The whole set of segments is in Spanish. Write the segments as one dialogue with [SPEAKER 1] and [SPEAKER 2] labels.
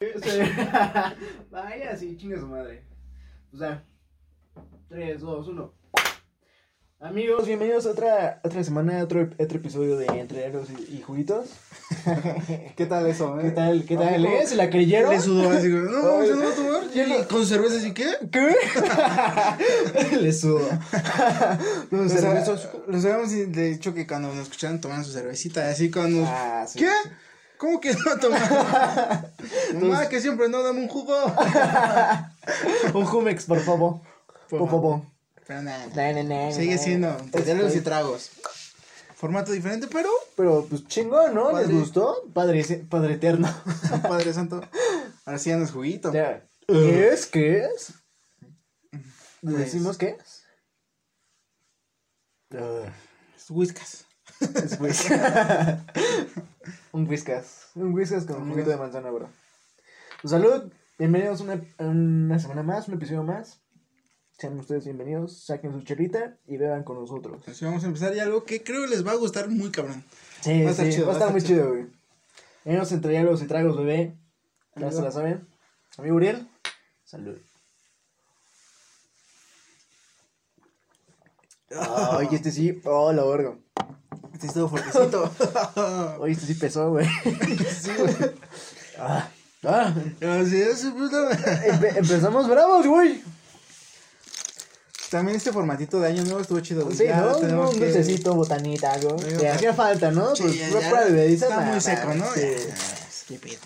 [SPEAKER 1] Vaya, sí, chinga su madre. O sea, 3, 2, 1. Amigos, bienvenidos a otra, otra semana, otro, otro episodio de Entre Héroes y, y Juguitos.
[SPEAKER 2] ¿Qué tal eso, eh?
[SPEAKER 1] ¿Qué tal? ¿Qué tal?
[SPEAKER 2] Ojo.
[SPEAKER 1] ¿Eh? ¿Se la creyeron?
[SPEAKER 3] Le sudó así, güey, no,
[SPEAKER 1] Ay.
[SPEAKER 3] vamos no va a tomar. Y con cerveza así, ¿qué?
[SPEAKER 1] ¿Qué? Le sudo. No,
[SPEAKER 3] Los,
[SPEAKER 1] cerveza.
[SPEAKER 3] cervezos- los habíamos dicho que cuando nos escuchaban tomaban su cervecita, y así cuando...
[SPEAKER 1] Ah, sí.
[SPEAKER 3] ¿Qué? ¿Cómo que no tomaban? Mamá, que siempre no, dame un jugo.
[SPEAKER 1] Un Jumex, por favor.
[SPEAKER 3] Por
[SPEAKER 1] Por favor.
[SPEAKER 3] Pero nada,
[SPEAKER 1] Na, na, na,
[SPEAKER 3] sigue
[SPEAKER 1] na.
[SPEAKER 3] siendo
[SPEAKER 1] Es-
[SPEAKER 3] tenerlos y tragos. Formato diferente, pero...
[SPEAKER 1] Pero pues chingón, ¿no? ¿Les
[SPEAKER 3] Padre.
[SPEAKER 1] gustó? Padre, padre eterno.
[SPEAKER 3] Padre santo, ahora sí danos juguito.
[SPEAKER 1] Ya. ¿Qué es? ¿Qué es? ¿Le
[SPEAKER 3] Pues-
[SPEAKER 1] decimos qué es?
[SPEAKER 3] Whiskas.
[SPEAKER 1] Es whisk. un whiskas. Un whiskas con un poquito de manzana, bro. Pues, salud. Bienvenidos una, a una semana más, un episodio más. Sean ustedes bienvenidos, saquen su chelita y beban con nosotros.
[SPEAKER 3] Así vamos a empezar ya algo que creo les va a gustar muy cabrón.
[SPEAKER 1] Sí,
[SPEAKER 3] Va a estar
[SPEAKER 1] sí,
[SPEAKER 3] chido,
[SPEAKER 1] va a estar muy chido, güey. Venimos entre diálogos y tragos, bebé. Ya se la saben. Amigo Uriel, salud. Ay, este sí. Oh, la verga.
[SPEAKER 3] Este es todo fuertecito.
[SPEAKER 1] Oye, este sí pesó, güey.
[SPEAKER 3] sí, güey.
[SPEAKER 1] Ah, ah.
[SPEAKER 3] Así es, puta.
[SPEAKER 1] Empe- empezamos bravos, güey.
[SPEAKER 2] También este formatito de año nuevo estuvo chido.
[SPEAKER 3] Pues
[SPEAKER 2] güey.
[SPEAKER 1] Sí,
[SPEAKER 2] Ya
[SPEAKER 1] ¿no?
[SPEAKER 2] tenemos
[SPEAKER 1] Un
[SPEAKER 2] que-
[SPEAKER 1] dulcecito, botanita, algo.
[SPEAKER 3] Oiga,
[SPEAKER 1] Que hacía falta, ¿no?
[SPEAKER 3] Sí,
[SPEAKER 1] pues
[SPEAKER 3] ya-
[SPEAKER 1] una
[SPEAKER 3] ya
[SPEAKER 1] prueba de bebediza,
[SPEAKER 3] Está
[SPEAKER 1] nada,
[SPEAKER 3] muy seco, ¿no?
[SPEAKER 1] sí.
[SPEAKER 3] Ya, Qué pedo.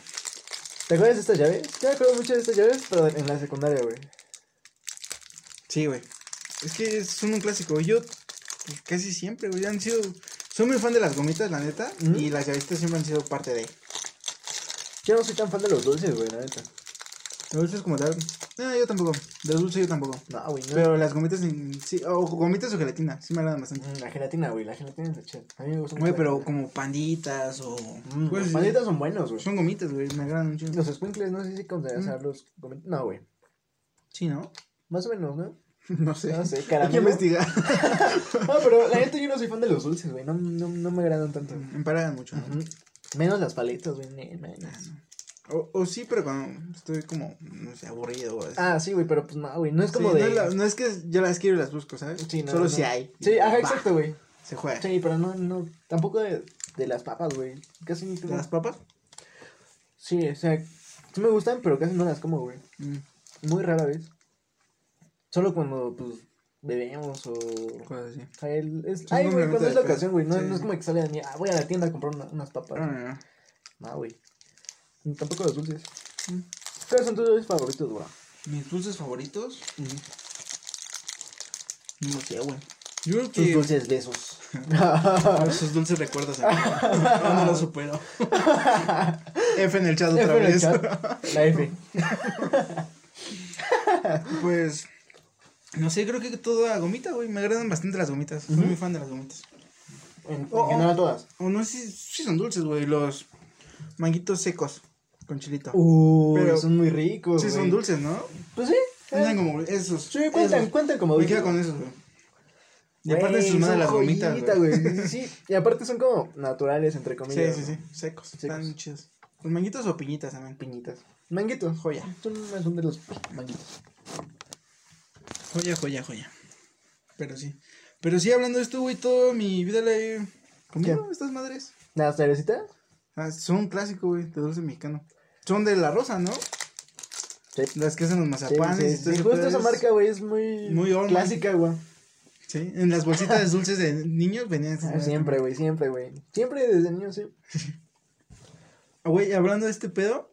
[SPEAKER 1] ¿Te acuerdas de estas llaves? Yo me acuerdo mucho de estas llaves, pero en la secundaria, güey.
[SPEAKER 3] Sí, güey. Es que es un clásico. Yo pues, casi siempre, güey, han sido... Soy muy fan de las gomitas, la neta.
[SPEAKER 1] ¿Mm?
[SPEAKER 3] Y las llavecitas siempre han sido parte de...
[SPEAKER 1] Yo no soy tan fan de los dulces, güey, la neta.
[SPEAKER 3] Los dulces como tal... No, Eh, yo tampoco. De los dulces yo tampoco.
[SPEAKER 1] No, güey, no.
[SPEAKER 3] Pero las gomitas en... Sí, o gomitas o gelatina. Sí me agradan bastante.
[SPEAKER 1] Mm, La gelatina, güey, la gelatina es la chida. A mí me gusta mucho.
[SPEAKER 3] Güey,
[SPEAKER 1] la
[SPEAKER 3] pero
[SPEAKER 1] gelatina.
[SPEAKER 3] como panditas o...
[SPEAKER 1] Mm,
[SPEAKER 3] Pues,
[SPEAKER 1] los paletas son buenos, güey.
[SPEAKER 3] Son gomitas, güey. Me agradan un chingo.
[SPEAKER 1] Los squinkles, no sé si
[SPEAKER 3] Mm.
[SPEAKER 1] considerarlos. como- No, güey.
[SPEAKER 3] Sí, ¿no?
[SPEAKER 1] Más o menos, ¿no?
[SPEAKER 3] No sé.
[SPEAKER 1] No sé,
[SPEAKER 3] Hay que
[SPEAKER 1] caramelo.
[SPEAKER 3] investigar.
[SPEAKER 1] No, pero la neta yo no soy fan de los dulces, güey. No, no, no me agradan tanto.
[SPEAKER 3] Me paran mucho. ¿no?
[SPEAKER 1] Ujú. Menos las paletas, güey. ne-
[SPEAKER 3] Ah,
[SPEAKER 1] menos.
[SPEAKER 3] O, o sí, pero cuando estoy como, no sé, aburrido. O
[SPEAKER 1] Ah, sí, güey, pero pues no, güey. No es
[SPEAKER 3] Sí,
[SPEAKER 1] como
[SPEAKER 3] no,
[SPEAKER 1] de.
[SPEAKER 3] es la- no es que yo las quiero y las busco, ¿sabes?
[SPEAKER 1] Sí, no,
[SPEAKER 3] Solo
[SPEAKER 1] no.
[SPEAKER 3] si hay.
[SPEAKER 1] Sí, ajá,
[SPEAKER 3] Va,
[SPEAKER 1] exacto, güey.
[SPEAKER 3] Se juega.
[SPEAKER 1] Sí, pero no, no. Tampoco de, de las papas, güey. Casi ni como.
[SPEAKER 3] ¿Las papas?
[SPEAKER 1] Sí, o sea, sí me gustan, pero casi no las como, güey.
[SPEAKER 3] Mm,
[SPEAKER 1] Muy rara vez. Solo cuando, pues, bebemos o.
[SPEAKER 3] cosas así.
[SPEAKER 1] O sea, el- es,
[SPEAKER 3] Son
[SPEAKER 1] ay, güey, cuando
[SPEAKER 3] complementos
[SPEAKER 1] es la
[SPEAKER 3] de
[SPEAKER 1] ocasión, güey. No,
[SPEAKER 3] sí, Ah.
[SPEAKER 1] no es
[SPEAKER 3] sí.
[SPEAKER 1] como que sale de mí, ah, voy a la tienda a comprar una- unas papas.
[SPEAKER 3] No, no, no.
[SPEAKER 1] No, güey. Ni Tampoco los dulces.
[SPEAKER 3] Mm.
[SPEAKER 1] ¿Cuáles son tus dulces favoritos, güey?
[SPEAKER 3] ¿Mis dulces favoritos?
[SPEAKER 1] Tus
[SPEAKER 3] No sé, güey. Yo creo
[SPEAKER 1] dulces de esos.
[SPEAKER 3] Sus dulces recuerdos. amigo. no, no lo supero. F en el chat otra
[SPEAKER 1] F en el
[SPEAKER 3] vez.
[SPEAKER 1] chat. La F.
[SPEAKER 3] Pues, no sé, creo que toda gomita, güey. Me agradan bastante las gomitas. Soy muy fan de las gomitas.
[SPEAKER 1] En, en
[SPEAKER 3] Oh, oh.
[SPEAKER 1] general todas.
[SPEAKER 3] O no sé si si son dulces, güey. Los manguitos secos con chilito.
[SPEAKER 1] Uy,
[SPEAKER 3] Pero-
[SPEAKER 1] son muy ricos,
[SPEAKER 3] sí, son
[SPEAKER 1] Uh, güey.
[SPEAKER 3] dulces, ¿no?
[SPEAKER 1] Pues sí.
[SPEAKER 3] Cuentan como esos.
[SPEAKER 1] Sí, cuentan,
[SPEAKER 3] esos.
[SPEAKER 1] cuentan como
[SPEAKER 3] Me
[SPEAKER 1] dulces.
[SPEAKER 3] quedo con esos, güey. Y
[SPEAKER 1] Güey,
[SPEAKER 3] aparte sus madres
[SPEAKER 1] son
[SPEAKER 3] las gomitas,
[SPEAKER 1] joyita,
[SPEAKER 3] güey.
[SPEAKER 1] Sí, sí, sí. Y aparte son como naturales, entre
[SPEAKER 3] Sí,
[SPEAKER 1] comillas.
[SPEAKER 3] sí, sí.
[SPEAKER 1] ¿no?
[SPEAKER 3] Secos.
[SPEAKER 1] Secos.
[SPEAKER 3] Están chidos. Los manguitos o piñitas también.
[SPEAKER 1] Piñitas. Manguitos.
[SPEAKER 3] Joya.
[SPEAKER 1] Son, son de los manguitos.
[SPEAKER 3] Joya, joya, joya. Pero sí. Pero sí, hablando de esto, güey, toda mi vida le he comido estas madres.
[SPEAKER 1] ¿Las cervecitas?
[SPEAKER 3] Ah, son un clásico, güey, de dulce mexicano. Son de la rosa, ¿no?
[SPEAKER 1] Sí.
[SPEAKER 3] Las que hacen los
[SPEAKER 1] Sí,
[SPEAKER 3] mazapanes.
[SPEAKER 1] sí,
[SPEAKER 3] y
[SPEAKER 1] sí.
[SPEAKER 3] todo ese
[SPEAKER 1] Justo esa
[SPEAKER 3] pedo este es-
[SPEAKER 1] marca, güey, es muy,
[SPEAKER 3] Muy old,
[SPEAKER 1] clásica, güey.
[SPEAKER 3] Sí, en las bolsitas de dulces de niños venían estas
[SPEAKER 1] Ah,
[SPEAKER 3] madres
[SPEAKER 1] siempre, güey, siempre, güey. Siempre desde niño, sí.
[SPEAKER 3] Ah, Güey, hablando de este pedo,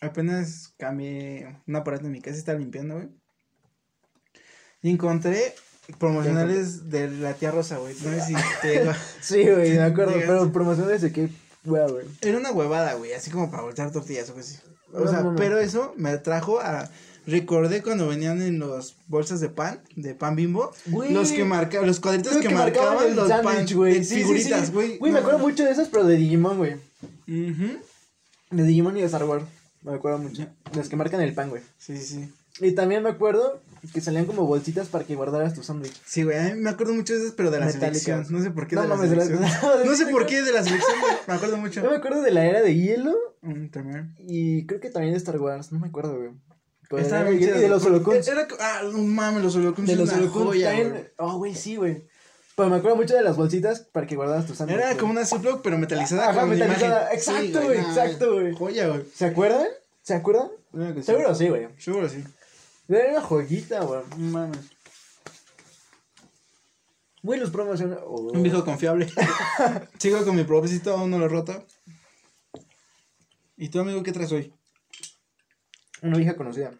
[SPEAKER 3] apenas cambié un aparato en mi casa y estaba limpiando, güey. Y encontré promocionales de la tía Rosa, güey. No sé si te digo.
[SPEAKER 1] Sí, güey, me acuerdo.
[SPEAKER 3] Digas.
[SPEAKER 1] Pero promociones de qué, güey, güey.
[SPEAKER 3] Era una huevada, güey, así como para voltear tortillas o algo así. O
[SPEAKER 1] No,
[SPEAKER 3] sea,
[SPEAKER 1] no, no.
[SPEAKER 3] pero eso me atrajo a. Recordé cuando venían en los bolsas de pan, de pan bimbo,
[SPEAKER 1] Güey.
[SPEAKER 3] los que marca, los cuadritos
[SPEAKER 1] Creo
[SPEAKER 3] que, marcaban
[SPEAKER 1] el
[SPEAKER 3] los pan,
[SPEAKER 1] sándwich, güey. Sí,
[SPEAKER 3] de
[SPEAKER 1] sí, sí.
[SPEAKER 3] figuritas, güey.
[SPEAKER 1] Güey, me acuerdo mucho de esas, pero de Digimon, güey.
[SPEAKER 3] Ujú.
[SPEAKER 1] De Digimon y de Star Wars. Me acuerdo mucho. Las que marcan el pan, güey.
[SPEAKER 3] Sí, sí, sí.
[SPEAKER 1] Y también me acuerdo que salían como bolsitas para que guardaras tu sándwich.
[SPEAKER 3] Sí, güey, a mí me acuerdo mucho de esas, pero de la
[SPEAKER 1] Metálicas.
[SPEAKER 3] selección. No sé por qué
[SPEAKER 1] No
[SPEAKER 3] de la
[SPEAKER 1] mames, de la-
[SPEAKER 3] selección. No sé por qué de la selección, güey. Me acuerdo mucho.
[SPEAKER 1] Yo me acuerdo de la era de hielo
[SPEAKER 3] Mm, también.
[SPEAKER 1] y creo que también de Star Wars, no me acuerdo, güey. Pero
[SPEAKER 3] Estaba
[SPEAKER 1] era-
[SPEAKER 3] bien
[SPEAKER 1] y
[SPEAKER 3] chida,
[SPEAKER 1] de los
[SPEAKER 3] güey.
[SPEAKER 1] holocuns.
[SPEAKER 3] Era, ah, no mames, los holocuns.
[SPEAKER 1] De los
[SPEAKER 3] es una
[SPEAKER 1] holocuns
[SPEAKER 3] joya,
[SPEAKER 1] también-
[SPEAKER 3] güey.
[SPEAKER 1] Oh, güey, sí, güey. Pero me acuerdo mucho de las bolsitas para que guardaras tu sándwich.
[SPEAKER 3] Era
[SPEAKER 1] güey.
[SPEAKER 3] como una Ziploc, pero metalizada.
[SPEAKER 1] Ajá,
[SPEAKER 3] con una
[SPEAKER 1] metalizada.
[SPEAKER 3] imagen.
[SPEAKER 1] Exacto,
[SPEAKER 3] Sí,
[SPEAKER 1] güey,
[SPEAKER 3] no,
[SPEAKER 1] exacto, güey.
[SPEAKER 3] Joya, güey.
[SPEAKER 1] ¿Se acuerdan? ¿Se acuerdan?
[SPEAKER 2] Creo que sí.
[SPEAKER 1] Seguro sí, güey.
[SPEAKER 3] Seguro sí.
[SPEAKER 1] Era una joyita, güey.
[SPEAKER 3] No Mames.
[SPEAKER 1] Güey, los promocionados. oh.
[SPEAKER 3] Un viejo confiable. Sigo con mi propósito, aún no lo he roto. ¿Y tú, amigo, qué traes hoy?
[SPEAKER 1] Una vieja conocida.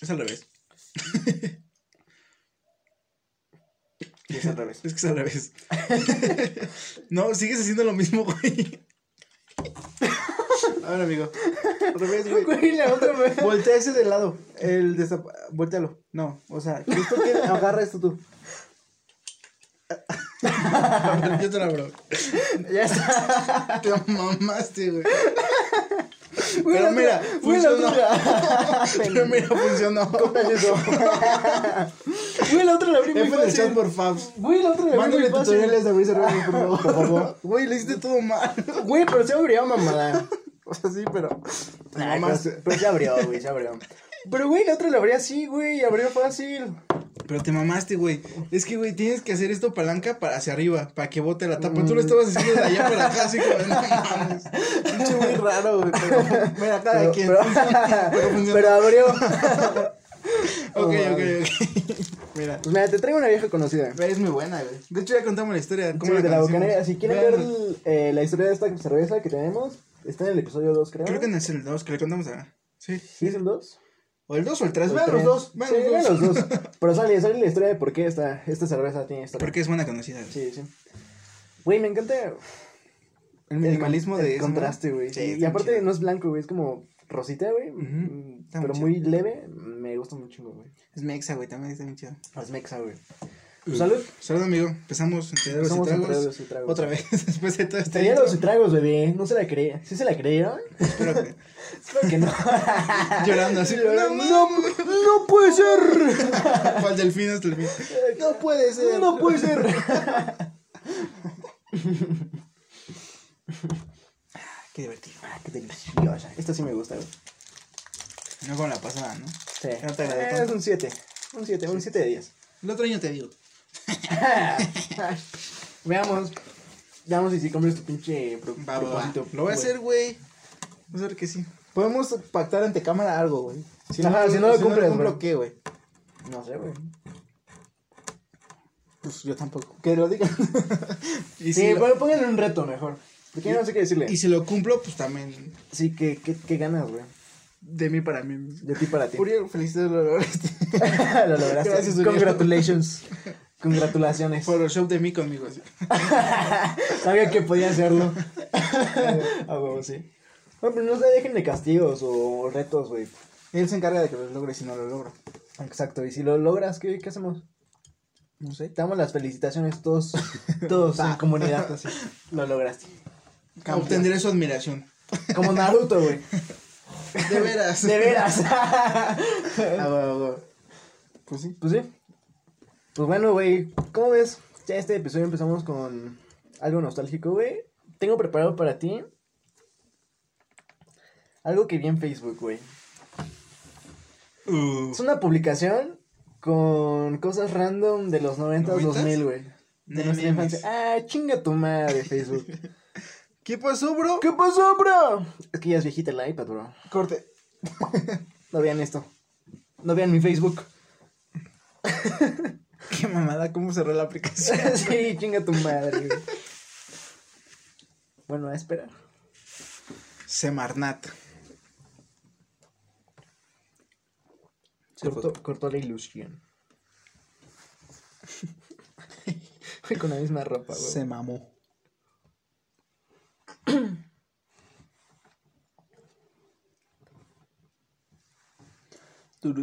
[SPEAKER 3] Es al revés.
[SPEAKER 1] Y es al revés.
[SPEAKER 3] Es que es al revés. no, sigues haciendo lo mismo, güey.
[SPEAKER 2] A ver, amigo.
[SPEAKER 3] Al revés, güey.
[SPEAKER 1] Güey, la otra vez.
[SPEAKER 2] Voltea ese de lado. El destap... Voltealo. No, o sea, esto que agarra esto tú.
[SPEAKER 3] Yo te la abro.
[SPEAKER 1] Ya está.
[SPEAKER 3] Te mamaste, güey.
[SPEAKER 1] Güey, la
[SPEAKER 3] Pero mira,
[SPEAKER 1] otra- güey, la
[SPEAKER 3] funcionó.
[SPEAKER 1] otra.
[SPEAKER 3] Pero mira, funcionó.
[SPEAKER 1] Cómprale eso. Güey, la otra la abrí muy
[SPEAKER 3] F del chat
[SPEAKER 1] fácil.
[SPEAKER 3] por Fabs.
[SPEAKER 1] Güey, la otra la abrí
[SPEAKER 3] Mándale
[SPEAKER 1] muy fácil.
[SPEAKER 2] tutoriales de abrirse cerrar, por favor.
[SPEAKER 3] Por favor. Güey, le hiciste todo mal.
[SPEAKER 1] Güey, pero se abrió, mamada.
[SPEAKER 2] O sea, sí, pero.
[SPEAKER 3] Te
[SPEAKER 1] Ay, pero,
[SPEAKER 3] mamaste.
[SPEAKER 1] se- pero se abrió, güey, se abrió. Pero, güey, la otra la abrí así, güey, y abrió fácil.
[SPEAKER 3] Pero te mamaste, güey. Es que, güey, tienes que hacer esto palanca para hacia arriba, para que bote la tapa. Tú
[SPEAKER 1] Mm.
[SPEAKER 3] lo estabas haciendo de allá para acá, así como, no mames.
[SPEAKER 2] Pinche muy raro, güey. Pero, mira, cada
[SPEAKER 1] Pero,
[SPEAKER 2] quien.
[SPEAKER 1] pero,
[SPEAKER 3] Pero funcionó.
[SPEAKER 1] pero abrió.
[SPEAKER 3] Ok, ok, ok.
[SPEAKER 2] Mira.
[SPEAKER 1] Pues mira, te traigo una vieja conocida.
[SPEAKER 2] Es muy buena, güey.
[SPEAKER 3] De hecho, ya contamos la historia.
[SPEAKER 1] Sí,
[SPEAKER 3] ¿Cómo
[SPEAKER 1] de la
[SPEAKER 3] conocimos?
[SPEAKER 1] bocanera. Si quieren ver
[SPEAKER 3] Vean,
[SPEAKER 1] el- eh, la historia de esta cerveza que tenemos, está en el episodio 2, creo.
[SPEAKER 3] Creo que no es el 2, que le contamos a... Sí.
[SPEAKER 1] ¿Sí es el 2?
[SPEAKER 3] O el 2 o el 3.
[SPEAKER 1] El
[SPEAKER 3] Pues, Vean
[SPEAKER 1] tres.
[SPEAKER 3] los dos.
[SPEAKER 1] Sí,
[SPEAKER 3] Vean los dos.
[SPEAKER 1] los dos. Pero sale, sale la historia de por qué esta, esta cerveza tiene esta.
[SPEAKER 3] Porque es buena conocida. güey.
[SPEAKER 1] Sí, sí. Güey, me encanta
[SPEAKER 3] El minimalismo
[SPEAKER 1] el con-
[SPEAKER 3] de... eso,
[SPEAKER 1] el
[SPEAKER 3] ¿no?
[SPEAKER 1] contraste, güey.
[SPEAKER 3] Sí,
[SPEAKER 1] Sí, y
[SPEAKER 3] está
[SPEAKER 1] aparte
[SPEAKER 3] chido.
[SPEAKER 1] no es blanco, güey, es como rosita, güey. mm,
[SPEAKER 3] Está
[SPEAKER 1] Pero
[SPEAKER 3] muy
[SPEAKER 1] muy leve, me gusta mucho, güey.
[SPEAKER 3] Es mexa, güey, también está bien chido.
[SPEAKER 1] Es mexa, güey. Salud.
[SPEAKER 3] Salud, amigo. Empezamos entre dedos y
[SPEAKER 1] Empezamos entre
[SPEAKER 3] Mm. tragos.
[SPEAKER 1] dedos y tragos.
[SPEAKER 3] Otra vez, después de todo este...
[SPEAKER 1] Tenía
[SPEAKER 3] intro.
[SPEAKER 1] los tragos, bebé. No se la creía. ¿Sí se la creyeron?
[SPEAKER 3] Espero que...
[SPEAKER 1] Espero que no.
[SPEAKER 3] Llorando así.
[SPEAKER 1] Llorando.
[SPEAKER 3] No, no,
[SPEAKER 1] ¡No puede ser!
[SPEAKER 3] Cual delfín hasta el fin.
[SPEAKER 2] No puede ser.
[SPEAKER 1] ¡No puede ser!
[SPEAKER 3] Qué divertido.
[SPEAKER 1] Ah, ¡Qué deliciosa! Esta sí me gusta, güey.
[SPEAKER 3] No con la pasada, ¿no?
[SPEAKER 1] Sí.
[SPEAKER 3] No te agradé
[SPEAKER 1] Eh,
[SPEAKER 3] tanto.
[SPEAKER 1] es un 7. Un 7, un 7 de 10.
[SPEAKER 3] El otro año te digo.
[SPEAKER 1] Veamos. Veamos si sí compras tu pinche pro-
[SPEAKER 3] Va, va, va.
[SPEAKER 1] propósito.
[SPEAKER 3] Lo voy
[SPEAKER 1] güey.
[SPEAKER 3] a hacer, güey. Vamos a ver que sí.
[SPEAKER 2] Podemos pactar ante cámara algo, güey.
[SPEAKER 1] Ajá, si no lo cumples,
[SPEAKER 2] cumplo,
[SPEAKER 1] güey.
[SPEAKER 2] ¿qué, güey?
[SPEAKER 1] No sé, güey.
[SPEAKER 2] Pues yo tampoco. Que lo digan.
[SPEAKER 3] Y
[SPEAKER 1] Sí,
[SPEAKER 3] si lo,
[SPEAKER 1] pero pónganle un reto mejor. Porque yo no sé qué decirle.
[SPEAKER 3] y si lo cumplo, pues también
[SPEAKER 1] Sí, ¿qué, qué, qué ganas, güey?
[SPEAKER 3] de mí para mí.
[SPEAKER 1] De ti para ti.
[SPEAKER 2] Uriel, felicidades, lo lograste.
[SPEAKER 1] Lo lograste.
[SPEAKER 3] Gracias, Uriel.
[SPEAKER 1] Congratulations. Congratulaciones.
[SPEAKER 3] Photoshop de mí conmigo. así.
[SPEAKER 1] Sabía que podía hacerlo. A huevo, sí. No, pero no se dejen de castigos o retos, güey.
[SPEAKER 2] Él se encarga de que lo logre si no lo logro.
[SPEAKER 1] Exacto, y si lo logras, ¿qué, qué hacemos?
[SPEAKER 2] No sé.
[SPEAKER 1] Te damos las felicitaciones todos, todos en comunidad, así. Lo lograste.
[SPEAKER 2] Campeón.
[SPEAKER 3] Obtendré su admiración.
[SPEAKER 1] Como Naruto, güey.
[SPEAKER 3] De veras.
[SPEAKER 1] De veras.
[SPEAKER 2] Ah, güey, güey, güey. Pues sí.
[SPEAKER 1] pues sí. Pues bueno, güey, ¿cómo ves? Ya este episodio empezamos con algo nostálgico, güey. Tengo preparado para ti algo que vi en Facebook, güey.
[SPEAKER 3] Uh,
[SPEAKER 1] Es una publicación con cosas random de los 90,
[SPEAKER 3] ¿Noventas?
[SPEAKER 1] 2000, güey. De
[SPEAKER 3] No
[SPEAKER 1] nuestra
[SPEAKER 3] mames.
[SPEAKER 1] infancia. Ah, chinga tu madre, Facebook.
[SPEAKER 3] ¿Qué pasó, bro?
[SPEAKER 1] ¿Qué pasó, bro? Es que ya es viejita el iPad, bro.
[SPEAKER 2] Corte.
[SPEAKER 1] No vean esto. No vean mi Facebook.
[SPEAKER 3] Qué mamada, cómo cerró la aplicación.
[SPEAKER 1] sí, chinga tu madre, güey. Bueno, a esperar.
[SPEAKER 3] Semarnat. Se
[SPEAKER 1] Cortó, cortó la ilusión. Güey, Con la misma ropa, güey.
[SPEAKER 3] Se mamó.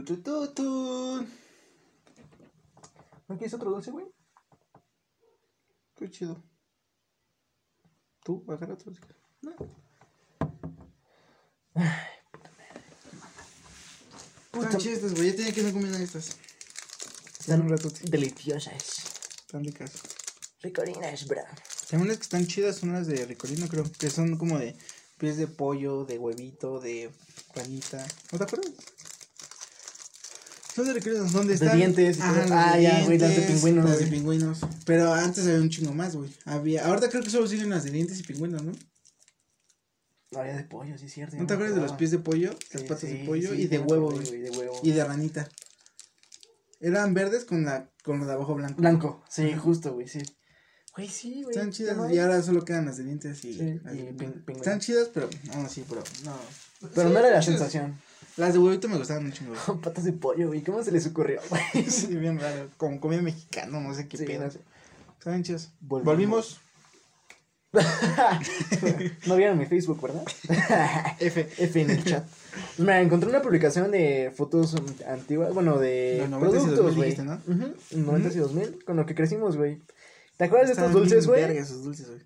[SPEAKER 3] Tururututun.
[SPEAKER 1] ¿No quieres otro dulce, güey?
[SPEAKER 2] Qué chido. Tú, agarra tu.
[SPEAKER 1] Puta,
[SPEAKER 3] Están chistes, güey. Ya tenía que no comiendo estas.
[SPEAKER 1] Están-
[SPEAKER 3] Están un ratote.
[SPEAKER 1] deliciosas.
[SPEAKER 3] Están ricas.
[SPEAKER 1] Ricorinas, bro.
[SPEAKER 3] También las que están chidas son las de Ricolino, creo. Que son como de pies de pollo, de huevito, de panita. ¿No te acuerdas? Son de Ricolino. ¿Dónde
[SPEAKER 1] De
[SPEAKER 3] están?
[SPEAKER 1] dientes y todo.
[SPEAKER 3] las
[SPEAKER 1] Ah,
[SPEAKER 3] de
[SPEAKER 1] ya, güey, las de
[SPEAKER 3] dientes,
[SPEAKER 1] pingüinos,
[SPEAKER 3] Las de
[SPEAKER 1] güey.
[SPEAKER 3] pingüinos. Pero antes había un chingo más, güey. Había... Ahorita creo que solo siguen las de dientes y pingüinos, ¿no?
[SPEAKER 1] Había de pollo, sí, es cierto.
[SPEAKER 3] ¿No te acuerdas de los pies de pollo? Las
[SPEAKER 1] Sí,
[SPEAKER 3] patas
[SPEAKER 1] sí,
[SPEAKER 3] de pollo
[SPEAKER 1] sí,
[SPEAKER 3] y de
[SPEAKER 1] ya me
[SPEAKER 3] huevo,
[SPEAKER 1] acordé,
[SPEAKER 3] güey.
[SPEAKER 1] De huevo.
[SPEAKER 3] Y de ranita. Eran verdes con la con lo de abajo blanco.
[SPEAKER 1] Blanco, sí, justo, güey, sí. Güey, sí, güey.
[SPEAKER 3] Están chidas
[SPEAKER 1] ¿qué más?
[SPEAKER 3] y ahora solo quedan las de dientes y,
[SPEAKER 1] Sí,
[SPEAKER 3] las
[SPEAKER 1] y
[SPEAKER 3] de-
[SPEAKER 1] pin- pingüino.
[SPEAKER 3] Están chidas, pero no, sí, pero no.
[SPEAKER 1] Pero
[SPEAKER 3] Pues Sí,
[SPEAKER 1] no era la
[SPEAKER 3] chidas.
[SPEAKER 1] sensación.
[SPEAKER 3] Las de huevito me gustaban un chingo. güey.
[SPEAKER 1] Patas de pollo, güey. ¿Cómo se les ocurrió, güey?
[SPEAKER 3] sí, bien raro, como comida mexicana, no sé qué
[SPEAKER 1] Sí,
[SPEAKER 3] pedo.
[SPEAKER 1] no sé.
[SPEAKER 3] Estaban chidas.
[SPEAKER 1] Volvimos.
[SPEAKER 3] Volvimos.
[SPEAKER 1] no vieron mi Facebook, ¿verdad?
[SPEAKER 3] F.
[SPEAKER 1] F en el chat. Me encontré una publicación de fotos antiguas, bueno, de
[SPEAKER 3] Los 90s y
[SPEAKER 1] productos,
[SPEAKER 3] 2000
[SPEAKER 1] güey.
[SPEAKER 3] dijiste, ¿no?
[SPEAKER 1] Ujú, 90s y 2000, con lo que crecimos, güey. ¿Te acuerdas de estos
[SPEAKER 3] Estaban
[SPEAKER 1] dulces,
[SPEAKER 3] bien verga
[SPEAKER 1] güey?
[SPEAKER 3] esos dulces, güey.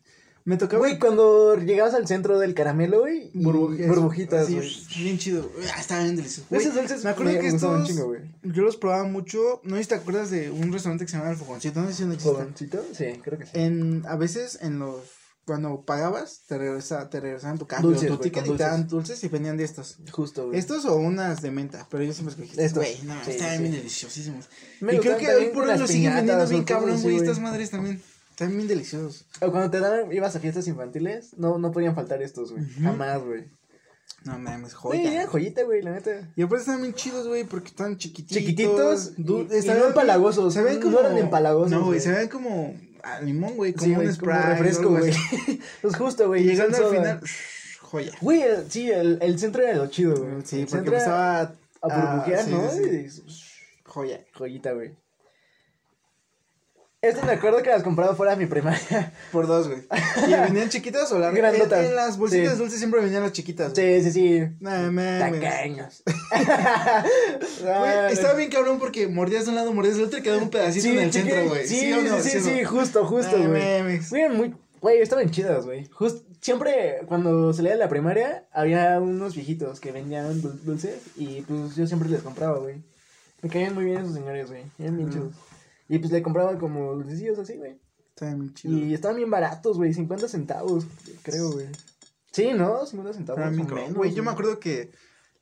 [SPEAKER 3] Me tocaba
[SPEAKER 1] Güey, cuando llegabas al centro del caramelo, güey, y
[SPEAKER 3] burbujas,
[SPEAKER 1] Mm, burbujitas,
[SPEAKER 3] así,
[SPEAKER 1] güey.
[SPEAKER 3] Bien chido. güey. Ah, estaban bien deliciosos. güey.
[SPEAKER 1] Esos dulces
[SPEAKER 3] me acuerdo que
[SPEAKER 1] gustaban un
[SPEAKER 3] estos
[SPEAKER 1] chingo, güey.
[SPEAKER 3] yo los probaba mucho. No sé si te acuerdas de un restaurante que se llamaba El Fogoncito, no sé si no existe.
[SPEAKER 1] ¿Fogoncito? Sí, creo que sí.
[SPEAKER 3] En, a veces en los cuando pagabas te regresa, te regresaban tu cambio,
[SPEAKER 1] Dulces,
[SPEAKER 3] tu
[SPEAKER 1] güey, con
[SPEAKER 3] ticket y te
[SPEAKER 1] dulces.
[SPEAKER 3] daban dulces y vendían de estos.
[SPEAKER 1] Justo, güey.
[SPEAKER 3] Estos o unas de menta, pero yo siempre escogí
[SPEAKER 1] Estos.
[SPEAKER 3] estos. Güey, no,
[SPEAKER 1] Sí,
[SPEAKER 3] estaban
[SPEAKER 1] sí.
[SPEAKER 3] bien deliciosísimos.
[SPEAKER 1] Me
[SPEAKER 3] y creo
[SPEAKER 1] gustaban
[SPEAKER 3] que
[SPEAKER 1] también
[SPEAKER 3] hoy por hoy
[SPEAKER 1] las
[SPEAKER 3] los siguen vendiendo
[SPEAKER 1] piñatas o
[SPEAKER 3] bien
[SPEAKER 1] cosas
[SPEAKER 3] cabrón,
[SPEAKER 1] así,
[SPEAKER 3] güey, estas madres también. Están bien deliciosos.
[SPEAKER 1] O cuando te daban, ibas a fiestas infantiles, no, no podían faltar estos, güey.
[SPEAKER 3] Ujú.
[SPEAKER 1] Jamás, güey.
[SPEAKER 3] No mames,
[SPEAKER 1] Güey,
[SPEAKER 3] joya.
[SPEAKER 1] era joyita, güey, la neta.
[SPEAKER 3] y aparte estaban bien chidos, güey, porque estaban chiquititos.
[SPEAKER 1] Chiquititos
[SPEAKER 3] du-
[SPEAKER 1] y- y
[SPEAKER 3] estaban
[SPEAKER 1] no empalagosos,
[SPEAKER 3] Se ven
[SPEAKER 1] no
[SPEAKER 3] como...
[SPEAKER 1] eran empalagosos,
[SPEAKER 3] No,
[SPEAKER 1] güey.
[SPEAKER 3] güey, se ven como a limón, güey, como
[SPEAKER 1] Sí,
[SPEAKER 3] un
[SPEAKER 1] güey, como
[SPEAKER 3] spray. o
[SPEAKER 1] refresco,
[SPEAKER 3] algo
[SPEAKER 1] güey.
[SPEAKER 3] así.
[SPEAKER 1] pues justo, güey.
[SPEAKER 3] Y llegando al
[SPEAKER 1] soda.
[SPEAKER 3] final, shh, joya.
[SPEAKER 1] Güey, el- sí, el, el centro era lo chido, güey.
[SPEAKER 3] Mm, Sí,
[SPEAKER 1] El
[SPEAKER 3] porque
[SPEAKER 1] centro era
[SPEAKER 3] empezaba a
[SPEAKER 1] a burbujear,
[SPEAKER 3] ah, sí,
[SPEAKER 1] ¿no?
[SPEAKER 3] sí,
[SPEAKER 1] Y
[SPEAKER 3] sí.
[SPEAKER 1] dices,
[SPEAKER 3] Joya.
[SPEAKER 1] Joyita, güey. Estas me acuerdo que las compraba fuera de mi primaria.
[SPEAKER 3] Por dos, güey. ¿Y venían chiquitas o las
[SPEAKER 1] Grandotas.
[SPEAKER 3] En, en las bolsitas
[SPEAKER 1] Sí.
[SPEAKER 3] dulces siempre venían las chiquitas. güey.
[SPEAKER 1] Sí, sí, sí.
[SPEAKER 3] No mames.
[SPEAKER 1] Tacaños.
[SPEAKER 3] Ah, Güey, estaba bien cabrón porque mordías de un lado, mordías del otro y quedaba un pedacito en el
[SPEAKER 1] chiqui-
[SPEAKER 3] centro, güey.
[SPEAKER 1] Sí,
[SPEAKER 3] o no,
[SPEAKER 1] sí, sí,
[SPEAKER 3] o no? Ah,
[SPEAKER 1] sí, justo, justo,
[SPEAKER 3] No
[SPEAKER 1] güey.
[SPEAKER 3] mames.
[SPEAKER 1] Güey, muy, güey, estaban chidas, güey. Just- siempre cuando salía de la primaria había unos viejitos que vendían dul- dulces y pues yo siempre les compraba, güey. Me caían muy bien esos señores, güey. Eran bien
[SPEAKER 3] Ujú.
[SPEAKER 1] chidos. Y pues le compraba como dulcecillos así, güey.
[SPEAKER 3] Estaba bien chido.
[SPEAKER 1] Y estaban bien baratos, güey, 50 centavos, creo, güey. Sí, ¿no? 50 centavos.
[SPEAKER 3] Estaba bien
[SPEAKER 1] o
[SPEAKER 3] cabrón,
[SPEAKER 1] menos,
[SPEAKER 3] Güey, yo me acuerdo que